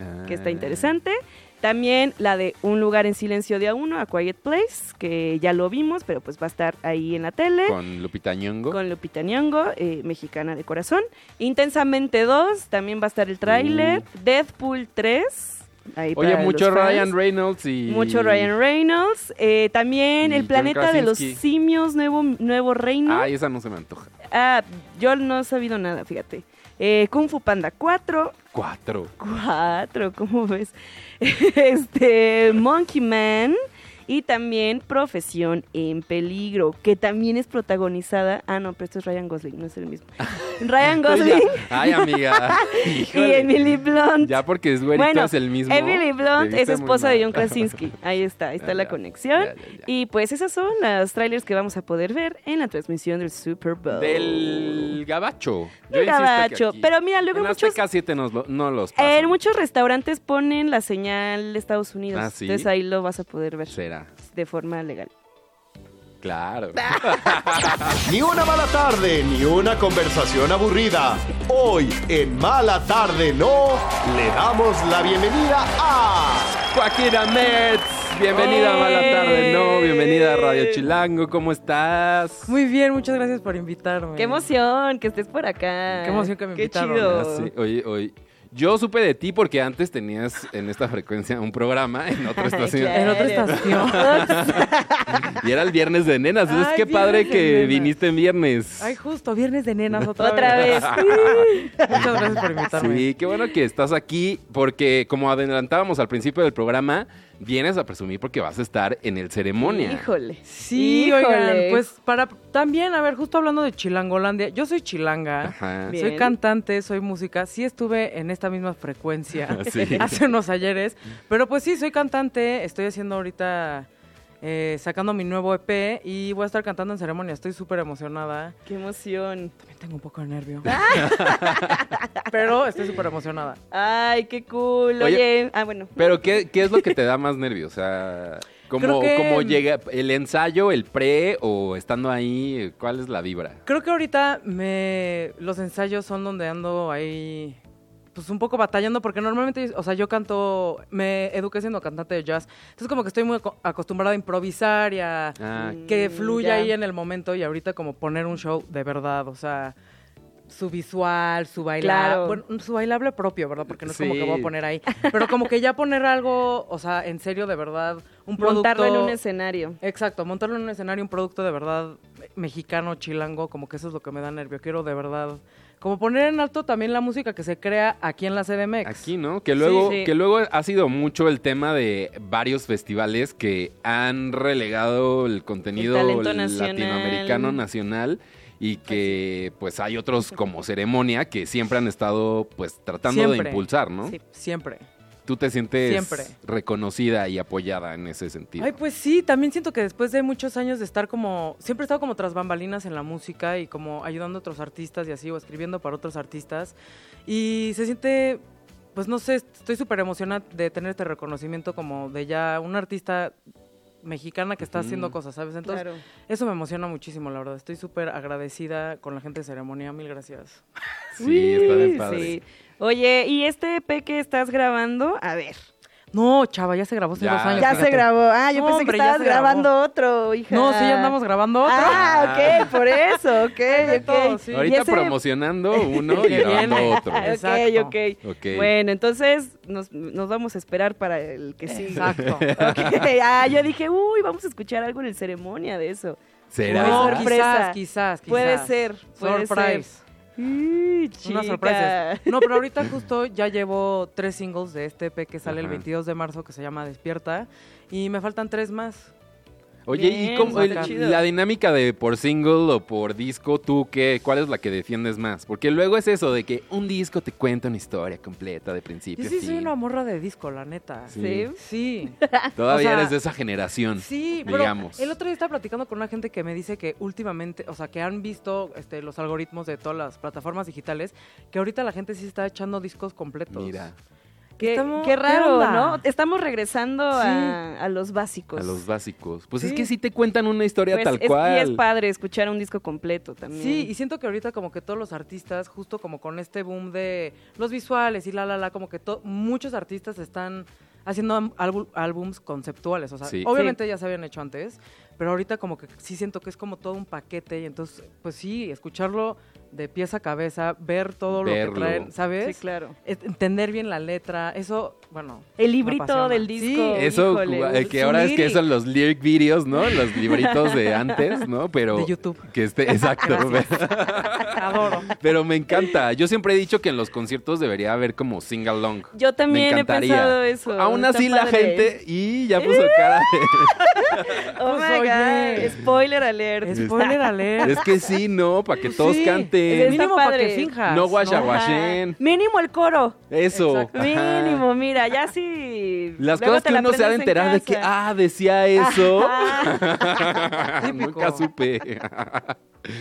Speaker 3: Ah.
Speaker 2: que está interesante. También la de Un lugar en silencio de a uno, A Quiet Place, que ya lo vimos, pero pues va a estar ahí en la tele.
Speaker 3: Con Lupita Nyong'o.
Speaker 2: Con Lupita Nyong'o, eh, mexicana de corazón. Intensamente 2, también va a estar el tráiler. Deadpool 3. ahí
Speaker 3: Mm. Oye,
Speaker 2: para
Speaker 3: mucho
Speaker 2: los fans.
Speaker 3: Ryan Reynolds y...
Speaker 2: Mucho Ryan Reynolds. Eh, también
Speaker 3: Y
Speaker 2: El
Speaker 3: John
Speaker 2: planeta de los
Speaker 3: Krasinski.
Speaker 2: simios, Nuevo, nuevo Reino.
Speaker 3: Ay, esa no se me antoja.
Speaker 2: Ah, yo no he sabido nada, fíjate. Eh, Kung Fu Panda 4.
Speaker 3: Cuatro.
Speaker 2: 4, ¿cómo ves? [LAUGHS] este, Monkey Man. Y también Profesión en Peligro, que también es protagonizada. Ah, no, pero esto es Ryan Gosling, no es el
Speaker 3: [LAUGHS]
Speaker 2: mismo. Ryan Gosling
Speaker 3: Pues Ay, amiga.
Speaker 2: [LAUGHS] y
Speaker 3: Híjole.
Speaker 2: Emily Blunt.
Speaker 3: Ya porque es güerito,
Speaker 2: Bueno,
Speaker 3: es el mismo.
Speaker 2: Emily Blunt
Speaker 3: Te
Speaker 2: es
Speaker 3: viste
Speaker 2: esposa
Speaker 3: muy
Speaker 2: de John
Speaker 3: mal. [LAUGHS]
Speaker 2: Krasinski. Ahí está, ahí está
Speaker 3: Ya,
Speaker 2: la
Speaker 3: ya.
Speaker 2: conexión.
Speaker 3: Ya, ya, ya.
Speaker 2: Y pues esas son las trailers que vamos a poder ver en la transmisión del Super Bowl.
Speaker 7: Oh.
Speaker 3: Del gabacho. Yo
Speaker 2: Del
Speaker 3: insisto que
Speaker 2: gabacho.
Speaker 3: aquí-
Speaker 2: Pero mira, luego
Speaker 3: en
Speaker 2: muchos-
Speaker 3: Azteca 7 nos lo- no los pasan.
Speaker 2: En muchos restaurantes ponen la señal de Estados Unidos.
Speaker 3: Ah, ¿sí?
Speaker 2: Entonces ahí lo vas a poder ver
Speaker 3: Será.
Speaker 2: de forma legal.
Speaker 3: Claro.
Speaker 7: [LAUGHS] Ah.
Speaker 8: Ni una mala tarde, ni una conversación aburrida. Hoy, en Mala Tarde No, le damos la bienvenida a...
Speaker 3: Joaquina Mertz. Bienvenida a Mala
Speaker 7: Eh.
Speaker 3: Tarde, ¿no? Bienvenida a Radio Chilango. ¿Cómo estás?
Speaker 7: Muy bien, muchas gracias por invitarme.
Speaker 2: ¡Qué emoción que estés por acá!
Speaker 7: Qué emoción que me
Speaker 2: ¡Qué
Speaker 7: invitaron.
Speaker 2: chido!
Speaker 3: Ah, sí. Oye, oye. Yo supe de ti porque antes tenías en esta frecuencia un programa en
Speaker 7: [LAUGHS]
Speaker 3: otra estación.
Speaker 7: En
Speaker 2: [LAUGHS]
Speaker 7: otra estación.
Speaker 3: Y era el viernes de nenas. Es
Speaker 7: Ay,
Speaker 3: que padre
Speaker 7: viernes de
Speaker 3: que
Speaker 7: nenas.
Speaker 3: viniste en viernes.
Speaker 7: Ay, justo, viernes de nenas otra,
Speaker 2: Otra vez.
Speaker 7: Muchas gracias [LAUGHS] por invitarme.
Speaker 3: Sí, qué bueno que estás aquí, porque como adelantábamos al principio del programa, vienes a presumir porque vas a estar en el ceremonia.
Speaker 2: ¡Híjole!
Speaker 7: Sí,
Speaker 2: Híjole.
Speaker 7: oigan, pues para también, a ver, justo hablando de Chilangolandia, yo soy chilanga,
Speaker 3: Ajá.
Speaker 2: Bien.
Speaker 7: soy cantante, soy música, sí estuve en esta misma frecuencia
Speaker 3: [LAUGHS] Sí.
Speaker 7: [LAUGHS] hace unos ayeres, pero pues sí, soy cantante, estoy haciendo ahorita, eh, sacando mi nuevo EP y voy a estar cantando en ceremonia, estoy súper emocionada,
Speaker 2: ¡Qué emoción!
Speaker 7: también tengo un poco de nervio, [LAUGHS] pero estoy súper emocionada.
Speaker 2: ¡Ay, qué cool! Oye,
Speaker 3: Oye,
Speaker 2: ah, bueno.
Speaker 3: Pero, ¿qué, qué es lo que te da más nervios? O sea, ¿cómo,
Speaker 7: Creo que-
Speaker 3: cómo llega el ensayo, el pre o estando ahí? ¿Cuál es la vibra?
Speaker 7: Creo que ahorita me los ensayos son donde ando ahí pues un poco batallando porque normalmente, o sea, yo canto, me eduqué siendo cantante de jazz, entonces como que estoy muy aco- acostumbrada a improvisar y a
Speaker 3: Ah,
Speaker 7: que
Speaker 2: Mm,
Speaker 7: fluya
Speaker 2: ya.
Speaker 7: ahí en el momento y ahorita como poner un show de verdad, o sea, su visual, su bailable,
Speaker 2: Claro.
Speaker 7: bueno, su bailable propio, ¿verdad? Porque no es como que
Speaker 3: Sí.
Speaker 7: voy a poner ahí, pero como que ya poner algo, o sea, en serio de verdad, un producto
Speaker 2: Montarlo en un escenario.
Speaker 7: Exacto, montarlo en un escenario, un producto de verdad me- mexicano, chilango, como que eso es lo que me da nervio. Quiero de verdad, como poner en alto también la música que se crea aquí en la CDMX.
Speaker 3: Aquí, ¿no? Que luego,
Speaker 2: sí.
Speaker 3: que luego ha sido mucho el tema de varios festivales que han relegado el contenido
Speaker 2: El talento nacional.
Speaker 3: latinoamericano nacional y que pues hay otros como ceremonia que siempre han estado pues tratando de
Speaker 7: Siempre.
Speaker 3: impulsar, ¿no?
Speaker 7: Sí, siempre.
Speaker 3: Tú te sientes
Speaker 7: Siempre.
Speaker 3: reconocida y apoyada en ese sentido.
Speaker 7: Ay, pues sí, también siento que después de muchos años de estar como, siempre he estado como tras bambalinas en la música y como ayudando a otros artistas y así, o escribiendo para otros artistas. Y se siente, pues no sé, estoy súper emocionada de tener este reconocimiento como de ya una artista mexicana que está
Speaker 3: Ujú.
Speaker 7: haciendo cosas, ¿sabes? Entonces,
Speaker 2: claro.
Speaker 7: Eso me emociona muchísimo, la verdad. Estoy súper agradecida con la gente de ceremonia. Mil gracias.
Speaker 3: sí, está bien
Speaker 2: Sí.
Speaker 3: padre.
Speaker 2: E Oye, ¿y este EP que estás grabando? A ver.
Speaker 7: No, chava, ya se grabó hace
Speaker 3: Ya.
Speaker 7: dos años.
Speaker 2: Ya se
Speaker 7: fíjate.
Speaker 2: grabó. Ah, yo
Speaker 7: No,
Speaker 2: pensé
Speaker 7: hombre,
Speaker 2: que
Speaker 7: ya
Speaker 2: estabas
Speaker 7: se grabó.
Speaker 2: grabando otro, hija.
Speaker 7: No, sí, ya andamos grabando otro.
Speaker 2: Ah, ok, por eso,
Speaker 7: [LAUGHS]
Speaker 2: ok,
Speaker 7: todo,
Speaker 2: ok.
Speaker 7: sí.
Speaker 3: Ahorita
Speaker 2: Y ese-
Speaker 3: promocionando uno y
Speaker 7: Que
Speaker 3: grabando
Speaker 7: viene.
Speaker 3: otro.
Speaker 2: Ah,
Speaker 7: Exacto.
Speaker 2: Ok, ok.
Speaker 3: Ok.
Speaker 2: Bueno, entonces nos, nos vamos a esperar para el que sigue.
Speaker 7: Exacto. [LAUGHS]
Speaker 2: Ok, Ah, yo dije, uy, vamos a escuchar algo en el ceremonia de eso.
Speaker 3: [LAUGHS] ¿Será?
Speaker 7: No,
Speaker 2: Sorpresa.
Speaker 7: quizás, quizás, quizás.
Speaker 2: Puede ser, puede
Speaker 7: Surprise.
Speaker 2: ser. Ih,
Speaker 7: Unas
Speaker 2: chica.
Speaker 7: sorpresas. No,
Speaker 3: [LAUGHS]
Speaker 7: pero ahorita justo ya llevo tres singles de este EP que sale el
Speaker 3: Ajá.
Speaker 7: 22 de marzo que se llama Despierta y me faltan tres más.
Speaker 3: Oye, ¿y
Speaker 2: Bien,
Speaker 3: cómo, el-
Speaker 2: está chido.
Speaker 3: la dinámica de por single o por disco, tú qué, cuál es la que defiendes más? Porque luego es eso de que un disco te cuenta una historia completa de principio
Speaker 7: Yo
Speaker 3: a
Speaker 7: sí soy
Speaker 3: fin.
Speaker 7: una morra de disco, la neta.
Speaker 2: Sí.
Speaker 7: Sí.
Speaker 3: Todavía
Speaker 7: o sea,
Speaker 3: eres de esa generación.
Speaker 7: Sí,
Speaker 3: digamos.
Speaker 7: pero el otro día estaba platicando con una gente que me dice que últimamente, o sea, que han visto este, los algoritmos de todas las plataformas digitales, que ahorita la gente sí está echando discos completos.
Speaker 3: Mira,
Speaker 2: Qué,
Speaker 7: Estamos-
Speaker 2: qué raro,
Speaker 7: onda?
Speaker 2: ¿no? Estamos regresando a, a los básicos.
Speaker 3: a los básicos. Pues es
Speaker 7: Sí.
Speaker 3: que sí te cuentan una historia
Speaker 2: Pues
Speaker 3: tal
Speaker 2: es-
Speaker 3: cual.
Speaker 2: Y es padre escuchar un disco completo también.
Speaker 7: Sí, y siento que ahorita como que todos los artistas, justo como con este boom de los visuales y la, la, la, como que to- muchos artistas están haciendo am- álbu- álbums conceptuales. O sea,
Speaker 3: Sí.
Speaker 7: obviamente ya se habían hecho antes, pero ahorita como que sí siento que es como todo un paquete y entonces, pues sí, escucharlo de pieza a cabeza, ver todo lo
Speaker 3: Verlo.
Speaker 7: que traen, ¿sabes?
Speaker 2: Sí, claro.
Speaker 7: Et- Entender bien la letra, eso, bueno,
Speaker 2: El
Speaker 7: Me
Speaker 2: librito
Speaker 7: apasiona.
Speaker 2: del disco.
Speaker 7: Sí.
Speaker 3: Eso,
Speaker 2: híjole,
Speaker 3: cu-
Speaker 7: pues,
Speaker 3: eh, que
Speaker 2: su
Speaker 3: ahora es que
Speaker 2: lyric.
Speaker 3: son los lyric videos, ¿no? Los libritos de antes, ¿no? Pero
Speaker 7: De YouTube.
Speaker 3: que esté
Speaker 7: [LAUGHS]
Speaker 3: exacto.
Speaker 7: adoro.
Speaker 3: Pero me encanta. Yo siempre he dicho que en los conciertos debería haber como sing along.
Speaker 2: Yo
Speaker 3: me
Speaker 2: también he
Speaker 3: encantaría.
Speaker 2: pensado eso.
Speaker 3: Aún
Speaker 2: está
Speaker 3: así la
Speaker 2: padre.
Speaker 3: gente y ya puso cara
Speaker 2: Oh
Speaker 7: Pues,
Speaker 2: my
Speaker 7: oye.
Speaker 2: god, spoiler alert. [LAUGHS]
Speaker 7: Spoiler
Speaker 3: de...
Speaker 7: alert.
Speaker 3: Es que sí, no, para que todos
Speaker 7: Sí,
Speaker 2: Está
Speaker 3: canten.
Speaker 7: Mínimo para
Speaker 2: padre.
Speaker 7: que finjas.
Speaker 3: No guacha,
Speaker 2: Ajá.
Speaker 3: guachén.
Speaker 2: Mínimo el coro.
Speaker 3: Eso.
Speaker 7: Exacto.
Speaker 3: Ajá.
Speaker 2: Mínimo, mira, ya sí.
Speaker 3: Las
Speaker 2: luego
Speaker 3: cosas
Speaker 2: te
Speaker 3: que
Speaker 2: la
Speaker 3: uno se ha
Speaker 2: aprendes
Speaker 3: de
Speaker 2: en
Speaker 3: enterar de que,
Speaker 2: casa. Ah.
Speaker 3: ah, decía eso. [LAUGHS]
Speaker 7: Típico.
Speaker 3: Nunca supe.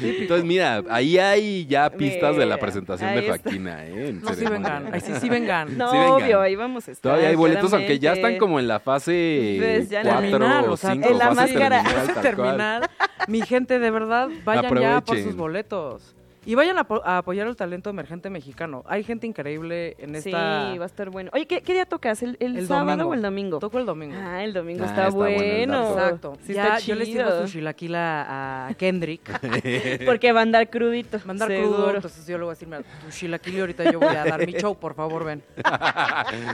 Speaker 3: Entonces, mira, ahí hay ya pistas de la
Speaker 2: Mira,
Speaker 3: presentación
Speaker 2: ahí
Speaker 3: de
Speaker 2: está.
Speaker 3: Faquina, ¿eh? En
Speaker 7: No, sí
Speaker 3: ceremonia.
Speaker 7: vengan. Ay, sí, sí vengan.
Speaker 2: No,
Speaker 3: Sí, vengan.
Speaker 2: obvio, ahí vamos a estar.
Speaker 3: [LAUGHS] Todavía hay boletos, aunque ya están
Speaker 2: claramente.
Speaker 3: como en la fase
Speaker 2: Pues ya
Speaker 3: 4
Speaker 7: terminar,
Speaker 3: o
Speaker 7: o sea,
Speaker 3: 5.
Speaker 2: en la máscara. [LAUGHS]
Speaker 7: Antes de terminar, mi gente, de verdad, vayan ya por
Speaker 3: Aprovechen.
Speaker 7: sus boletos. Y vayan a, po- a apoyar el talento emergente mexicano. Hay gente increíble en
Speaker 2: Sí,
Speaker 7: esta...
Speaker 2: va a estar bueno. Oye, ¿qué, qué día tocas? ¿El, el
Speaker 7: el
Speaker 2: sábado
Speaker 7: domingo.
Speaker 2: o el domingo?
Speaker 7: Toco el domingo.
Speaker 2: Ah, el domingo
Speaker 3: Ah,
Speaker 2: está,
Speaker 3: está bueno el
Speaker 2: bueno.
Speaker 3: domingo.
Speaker 7: Exacto.
Speaker 2: Sí,
Speaker 7: Ya,
Speaker 2: está
Speaker 7: yo le
Speaker 2: chido.
Speaker 7: sirvo su chilaquila a Kendrick.
Speaker 2: [LAUGHS] Porque va a andar crudito.
Speaker 7: Mandar crudo, pues,
Speaker 2: seguro.
Speaker 7: entonces yo le voy a decir, mira, tu chilaquila y ahorita yo voy a
Speaker 2: [LAUGHS]
Speaker 7: dar mi show, por favor, ven.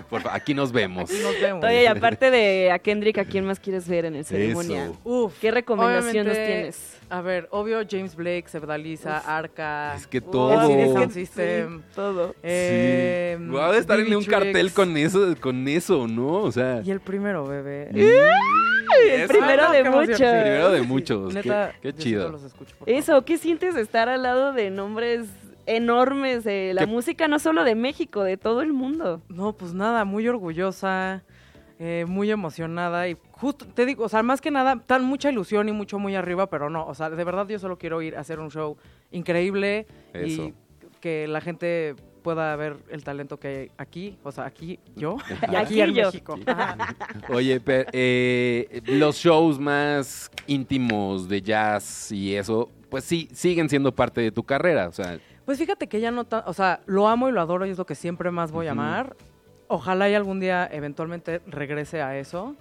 Speaker 3: Por fa- aquí nos vemos.
Speaker 7: Y nos vemos.
Speaker 2: Oye, y aparte de a Kendrick, ¿a quién más quieres ver en el ceremonia?
Speaker 3: Eso.
Speaker 7: Uf,
Speaker 2: ¿Qué recomendación nos
Speaker 7: obviamente,
Speaker 2: tienes?
Speaker 7: A ver, obvio James Blake, Sebdaliza, Arca.
Speaker 3: Es que
Speaker 2: Uy,
Speaker 3: todo.
Speaker 7: es que-
Speaker 2: sí,
Speaker 7: System.
Speaker 2: todo.
Speaker 7: eh,
Speaker 3: sí. Voy a estar en un
Speaker 7: Divitrix.
Speaker 3: cartel con eso, con eso, ¿no? O sea, ¿Mm?
Speaker 7: Y el primero, bebé.
Speaker 2: El primero
Speaker 7: Ah, no,
Speaker 2: de
Speaker 7: qué emoción, sí.
Speaker 2: muchos.
Speaker 3: primero de muchos.
Speaker 7: Neta,
Speaker 3: qué, qué
Speaker 7: yo sí todos
Speaker 3: chido.
Speaker 7: los escucho, por favor.
Speaker 2: Eso, ¿qué sientes de estar al lado de nombres enormes de la
Speaker 3: ¿Qué?
Speaker 2: música, no solo de México, de todo el mundo?
Speaker 7: No, pues nada, muy orgullosa, eh, muy emocionada y justo, te digo, o sea, más que nada, tan mucha ilusión y mucho muy arriba, pero no, o sea, de verdad yo solo quiero ir a hacer un show increíble
Speaker 3: Eso.
Speaker 7: y que la gente pueda ver el talento que hay aquí, o sea, aquí
Speaker 2: [LAUGHS]
Speaker 7: yo y aquí
Speaker 2: Aquí
Speaker 7: en
Speaker 2: yo.
Speaker 7: México. Ajá.
Speaker 3: Oye, pero, eh, los shows más íntimos de jazz y eso, pues sí, siguen siendo parte de tu carrera. O sea,
Speaker 7: Pues fíjate que ya no tan, o sea, lo amo y lo adoro y es lo que siempre más voy a
Speaker 3: Ujú.
Speaker 7: amar. Ojalá y algún día eventualmente regrese a eso.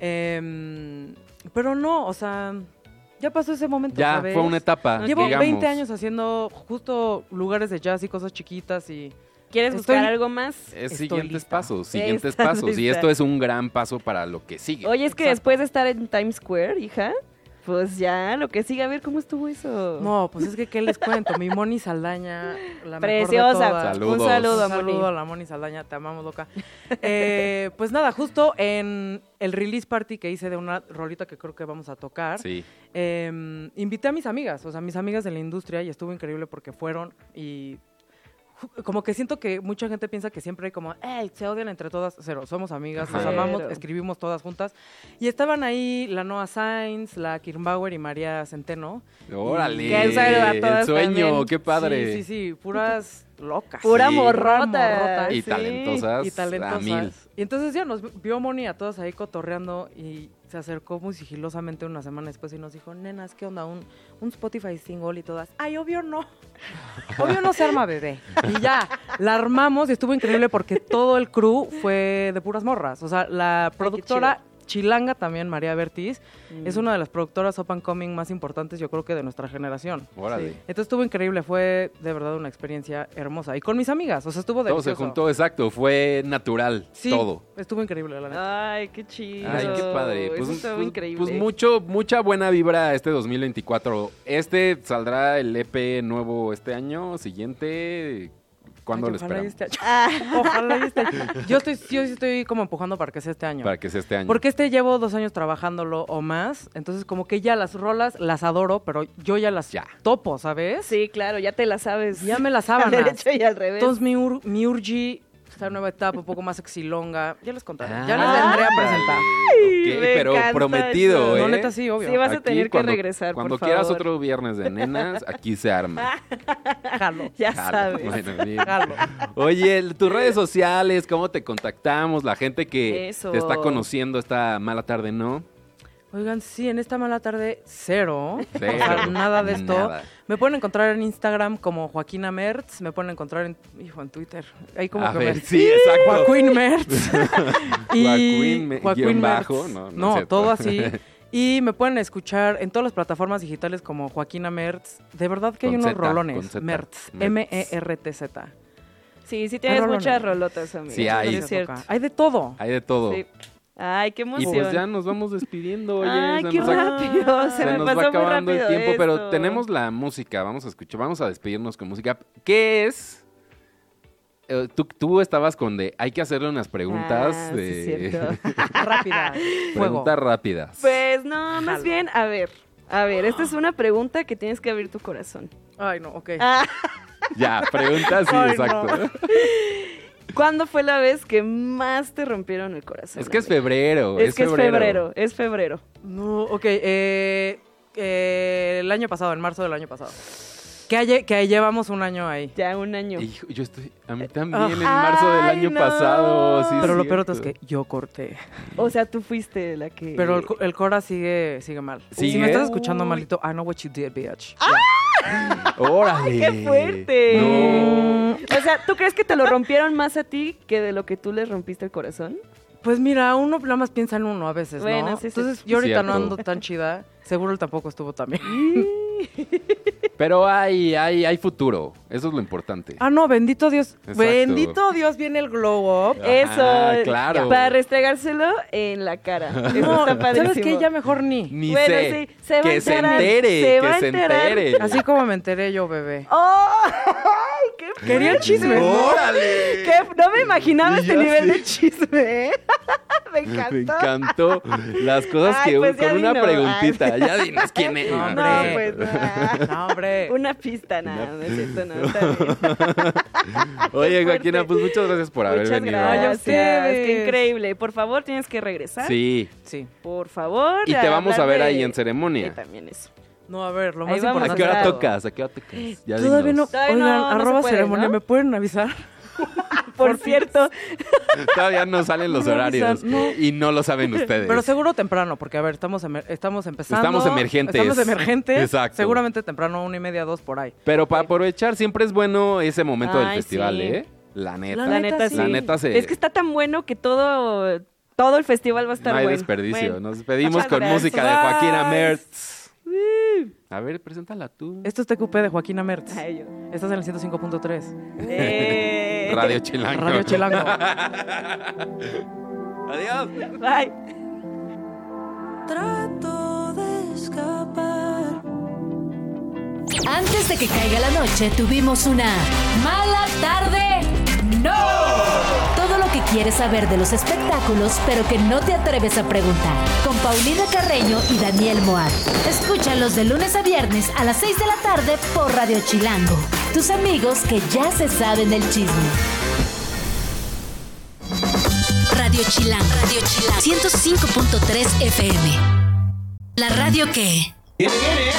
Speaker 7: Em, pero no, o sea, ya pasó ese momento.
Speaker 3: ya
Speaker 7: ¿sabes?
Speaker 3: fue una etapa.
Speaker 7: Llevo
Speaker 3: digamos.
Speaker 7: 20 años haciendo justo lugares de jazz y cosas chiquitas y
Speaker 2: ¿Quieres
Speaker 7: Estoy-
Speaker 2: buscar algo más?
Speaker 3: Es
Speaker 7: Estoy
Speaker 3: siguientes
Speaker 7: lista.
Speaker 3: pasos, siguientes
Speaker 2: Estás
Speaker 3: pasos. Y
Speaker 2: lista.
Speaker 3: esto es un gran paso para lo que sigue.
Speaker 2: Oye, es que
Speaker 7: Exacto.
Speaker 2: después de estar en Times Square, hija, pues ya, lo que sigue, a ver cómo estuvo eso.
Speaker 7: no, pues es que qué les cuento, mi Moni Saldaña, la mejor de
Speaker 2: Preciosa.
Speaker 7: todas.
Speaker 3: Saludos.
Speaker 2: Un saludo,
Speaker 7: Un saludo a
Speaker 2: Moni.
Speaker 7: la Moni Saldaña, te amamos loca. Eh, pues nada, justo en el release party que hice de una rolita que creo que vamos a tocar,
Speaker 3: Sí.
Speaker 7: eh, invité a mis amigas, o sea, mis amigas de la industria y estuvo increíble porque fueron y ju- como que siento que mucha gente piensa que siempre hay como, hey, se odian entre todas, cero, somos amigas, nos
Speaker 3: Ajá.
Speaker 7: amamos,
Speaker 2: Cero.
Speaker 7: escribimos todas juntas. Y estaban ahí la Noah Sainz, la Kirmbauer y María Centeno.
Speaker 3: Órale.
Speaker 2: Que un saludo a todas
Speaker 3: el sueño,
Speaker 2: también.
Speaker 3: qué padre.
Speaker 7: Sí, sí, sí, puras locas.
Speaker 2: Pura
Speaker 3: Sí.
Speaker 2: morrota.
Speaker 7: morrota.
Speaker 3: Y
Speaker 2: sí.
Speaker 3: talentosas.
Speaker 7: Y
Speaker 3: A mil.
Speaker 7: talentosas. Y entonces ya nos vio Moni a todas ahí cotorreando y se acercó muy sigilosamente una semana después y nos dijo, nenas, ¿qué onda? Un, un Spotify single y todas. Ay, obvio no. [LAUGHS] Obvio no se arma, bebé. Y ya, la armamos y estuvo increíble porque todo el crew fue de puras morras. O sea, la productora chilanga también, María Bertiz,
Speaker 3: Mm.
Speaker 7: es una de las productoras up and coming más importantes, yo creo que de nuestra generación.
Speaker 3: Órale.
Speaker 7: Entonces estuvo increíble, fue de verdad una experiencia hermosa. Y con mis amigas, o sea, estuvo de
Speaker 3: Todo se juntó, exacto, fue natural,
Speaker 7: Sí,
Speaker 3: todo.
Speaker 7: estuvo increíble, la neta.
Speaker 2: Ay, qué chido.
Speaker 3: Ay, qué padre. Pues,
Speaker 2: Eso está
Speaker 3: pues-
Speaker 2: increíble.
Speaker 3: pues mucho, mucha buena vibra este 2024. Este saldrá el EP nuevo este año, siguiente. ¿Cuándo
Speaker 7: Ay,
Speaker 3: lo
Speaker 7: ojalá y
Speaker 3: esperamos?
Speaker 7: este
Speaker 2: Ah,
Speaker 7: año. [LAUGHS] Ojalá y este año. Yo estoy, yo sí estoy como empujando para que sea este año.
Speaker 3: Para que sea este año.
Speaker 7: Porque este llevo dos años trabajándolo o más, entonces como que ya las rolas las adoro, pero yo ya las
Speaker 3: Ya.
Speaker 7: topo, ¿sabes?
Speaker 2: Sí, claro, ya te la sabes.
Speaker 7: Ya me
Speaker 2: [LAUGHS]
Speaker 7: las
Speaker 5: Al
Speaker 7: sábanas.
Speaker 5: derecho y al revés.
Speaker 7: Entonces mi, ur- mi urgi, esta nueva etapa, un poco más exilonga, ya les contaré, ya les
Speaker 3: Ah.
Speaker 7: vendré a presentar.
Speaker 3: Ok,
Speaker 2: me
Speaker 3: pero
Speaker 2: encanta
Speaker 3: prometido,
Speaker 2: eso.
Speaker 3: ¿eh?
Speaker 7: No, neta, sí, obvio.
Speaker 2: Sí, vas a
Speaker 3: Aquí,
Speaker 2: tener
Speaker 3: cuando-
Speaker 2: que regresar, por
Speaker 3: Cuando quieras
Speaker 2: favor.
Speaker 3: otro viernes de nenas, aquí se
Speaker 7: [LAUGHS]
Speaker 3: arma.
Speaker 7: Jalo.
Speaker 2: Ya
Speaker 3: Jalo.
Speaker 2: sabes.
Speaker 3: Bueno, bien.
Speaker 7: Jalo.
Speaker 3: Oye, el- tus redes sociales, cómo te contactamos, la gente que
Speaker 2: Eso.
Speaker 3: te está conociendo esta mala tarde, ¿no?
Speaker 7: Oigan, sí, en esta mala tarde, cero.
Speaker 3: Cero.
Speaker 7: [LAUGHS] O sea, nada de esto.
Speaker 3: Nada.
Speaker 7: Me pueden encontrar en Instagram como Joaquina Mertz. Me pueden encontrar en, hijo, en Twitter. Ahí como
Speaker 3: A
Speaker 7: que
Speaker 3: ver,
Speaker 7: me-
Speaker 3: sí, exacto.
Speaker 7: Joaquín
Speaker 3: [LAUGHS]
Speaker 7: Mertz.
Speaker 3: Joaquín me-
Speaker 7: Joaquín
Speaker 3: guión
Speaker 7: Mertz.
Speaker 3: bajo, no, no es cierto. [LAUGHS]
Speaker 7: todo así. Y me pueden escuchar en todas las plataformas digitales como Joaquina Mertz. De verdad que hay
Speaker 3: Con
Speaker 7: unos
Speaker 3: Z, con
Speaker 7: rolones.
Speaker 3: Z.
Speaker 7: Mertz. E
Speaker 3: Mertz.
Speaker 7: M-E-R-T-z.
Speaker 2: Sí, sí tienes
Speaker 7: Rolones.
Speaker 2: muchas rolotas, amigo.
Speaker 3: Sí, hay.
Speaker 2: Es cierto.
Speaker 7: Hay
Speaker 3: [LAUGHS]
Speaker 7: de todo.
Speaker 3: Hay de todo.
Speaker 2: Sí. Ay, qué
Speaker 3: Y
Speaker 2: emoción.
Speaker 3: pues ya nos vamos despidiendo. Oye,
Speaker 2: Ay,
Speaker 3: se
Speaker 2: qué
Speaker 3: nos ha-
Speaker 2: rápido. Se,
Speaker 3: se
Speaker 2: me
Speaker 3: nos
Speaker 2: pasó
Speaker 3: va
Speaker 2: muy
Speaker 3: acabando
Speaker 2: rápido
Speaker 3: el tiempo, pero
Speaker 2: esto.
Speaker 3: tenemos la música. Vamos a escuchar, vamos a despedirnos con música. ¿Qué es? Eh, Tú, tú estabas con de hay que hacerle unas preguntas
Speaker 2: Ah, sí,
Speaker 3: de [LAUGHS]
Speaker 2: cierto.
Speaker 7: Rápida. Fuego.
Speaker 3: preguntas rápidas.
Speaker 2: Pues no, más
Speaker 7: Jalo.
Speaker 2: bien, a ver. A ver, esta es una pregunta que tienes que abrir tu corazón.
Speaker 7: Ay, no, ok.
Speaker 2: Ah,
Speaker 3: Ya, preguntas,
Speaker 2: [LAUGHS]
Speaker 3: sí,
Speaker 7: Ay,
Speaker 3: exacto.
Speaker 2: ¿Cuándo fue la vez que más te rompieron el corazón?
Speaker 3: Es que es
Speaker 2: amigo?
Speaker 3: febrero.
Speaker 2: Es que es febrero, es febrero.
Speaker 7: No, ok. eh, eh, el año pasado, en marzo del año pasado. Que, hay- que ahí llevamos un año ahí.
Speaker 2: Ya un año.
Speaker 3: Hijo, yo estoy. A mí también, en
Speaker 2: Ah.
Speaker 3: marzo del
Speaker 2: Ay,
Speaker 3: año
Speaker 2: no.
Speaker 3: pasado. sí,
Speaker 7: Pero lo peor
Speaker 3: cierto.
Speaker 7: es que yo corté.
Speaker 2: O sea, tú fuiste la que.
Speaker 7: Pero el, co- el Cora sigue, sigue mal. Si
Speaker 3: ¿Sigue?
Speaker 7: me estás escuchando malito, I know what you did, bitch.
Speaker 3: ¡Órale!
Speaker 2: ¡Qué fuerte!
Speaker 3: No.
Speaker 2: O sea, ¿tú crees que te lo rompieron más a ti que de lo que tú les rompiste el corazón?
Speaker 7: Pues mira, uno nada más piensa en uno a veces, ¿no?
Speaker 2: Bueno, sí, sí,
Speaker 7: Entonces
Speaker 2: sí.
Speaker 7: yo ahorita no
Speaker 3: Cierto.
Speaker 2: [LAUGHS]
Speaker 7: ando tan chida. Seguro él tampoco estuvo tan bien.
Speaker 3: Pero hay, hay, hay futuro. Eso es lo importante.
Speaker 7: Ah, no, bendito Dios.
Speaker 3: Exacto.
Speaker 7: Bendito Dios viene el glow up.
Speaker 3: Ajá,
Speaker 2: Eso.
Speaker 3: claro.
Speaker 2: Para restregárselo en la cara. Eso
Speaker 7: No,
Speaker 2: [LAUGHS] está padrísimo.
Speaker 7: ¿sabes qué? Ya mejor ni.
Speaker 3: Ni
Speaker 2: Bueno,
Speaker 3: sé.
Speaker 2: sí, se va a
Speaker 3: que se
Speaker 2: enterar,
Speaker 3: entere,
Speaker 2: se va
Speaker 3: que
Speaker 2: a
Speaker 3: se
Speaker 2: enterar.
Speaker 3: entere.
Speaker 7: Así como me enteré yo, bebé.
Speaker 2: ¡Oh! [LAUGHS] ¡Ay, qué
Speaker 7: Quería el chisme.
Speaker 3: ¡Órale!
Speaker 2: ¿Qué? No me imaginaba
Speaker 3: Y
Speaker 2: este
Speaker 3: ya
Speaker 2: nivel
Speaker 3: sí.
Speaker 2: de chisme. ¿eh? [LAUGHS] Me
Speaker 3: Me
Speaker 2: encantó.
Speaker 3: encantó las cosas
Speaker 2: Ay,
Speaker 3: que
Speaker 2: pues ya
Speaker 3: con una
Speaker 2: dinos.
Speaker 3: preguntita. Ya dinos quién es.
Speaker 7: No,
Speaker 2: No,
Speaker 7: hombre.
Speaker 2: pues nada. [LAUGHS]
Speaker 7: No, hombre.
Speaker 2: Una pista, nada, no es cierto, no, está bien.
Speaker 3: [LAUGHS] Oye,
Speaker 2: Qué fuerte.
Speaker 3: Joaquina, pues muchas gracias por haber
Speaker 2: Muchas
Speaker 3: venido.
Speaker 7: Ay, a
Speaker 2: gracias, qué
Speaker 7: ustedes.
Speaker 2: increíble. Por favor, tienes que regresar.
Speaker 3: Sí.
Speaker 7: Sí.
Speaker 2: Por favor.
Speaker 3: Y te vamos a
Speaker 2: hablar
Speaker 3: ver
Speaker 2: de-
Speaker 3: ahí en
Speaker 2: Sí,
Speaker 3: ceremonia.
Speaker 2: también eso.
Speaker 7: No, a ver, lo
Speaker 2: Ahí
Speaker 7: más
Speaker 2: vamos
Speaker 3: ¿A qué
Speaker 7: importante.
Speaker 3: hora
Speaker 2: Claro.
Speaker 3: tocas? ¿A qué hora tocas? Ya
Speaker 7: Todavía no.
Speaker 3: dinos.
Speaker 2: Todavía no,
Speaker 7: Oigan,
Speaker 2: no se
Speaker 7: arroba
Speaker 2: puede,
Speaker 7: ceremonia,
Speaker 2: ¿no?
Speaker 7: ¿me pueden avisar?
Speaker 2: [LAUGHS] Por cierto,
Speaker 3: Todavía no salen los
Speaker 7: No,
Speaker 3: horarios.
Speaker 7: Lisa, no.
Speaker 3: Y no lo saben ustedes.
Speaker 7: Pero seguro temprano, porque a ver, estamos, emer- estamos empezando.
Speaker 3: Estamos emergentes.
Speaker 7: Estamos emergentes.
Speaker 3: Exacto.
Speaker 7: Seguramente temprano, una y media, dos por ahí.
Speaker 3: Pero para aprovechar siempre es bueno ese momento del
Speaker 2: Ay,
Speaker 3: festival,
Speaker 2: sí.
Speaker 3: ¿eh? La neta.
Speaker 2: la neta,
Speaker 7: neta,
Speaker 2: sí.
Speaker 3: La neta se-
Speaker 2: Es que está tan bueno que todo, todo el festival va a
Speaker 3: No
Speaker 2: estar
Speaker 3: hay
Speaker 2: bueno.
Speaker 3: desperdicio.
Speaker 2: Bueno.
Speaker 3: Nos despedimos
Speaker 2: Muchas
Speaker 3: con
Speaker 2: gracias.
Speaker 3: música de Joaquina
Speaker 7: Bye.
Speaker 3: Mertz. A ver, preséntala tú.
Speaker 7: Esto es TQP de Joaquina Mertz.
Speaker 2: Ay, yo-
Speaker 7: Estás en el 105.3.
Speaker 2: Eh.
Speaker 3: [LAUGHS]
Speaker 2: [LAUGHS]
Speaker 3: Radio Chilango. [LAUGHS]
Speaker 7: Radio Chilango.
Speaker 3: Adiós.
Speaker 2: Bye.
Speaker 6: Trato de escapar.
Speaker 1: Antes de que caiga la noche, tuvimos una mala tarde. ¡No! Todo lo que quieres saber de los espectáculos, pero que no te atreves a preguntar. Con Paulina Carreño y Daniel Moab. Escúchalos de lunes a viernes a las 6 de la tarde por Radio Chilango. Tus amigos que ya se saben el chisme. Radio Chilango. Radio Chilango. 105.3 FM. La radio que...
Speaker 8: Viene, viene,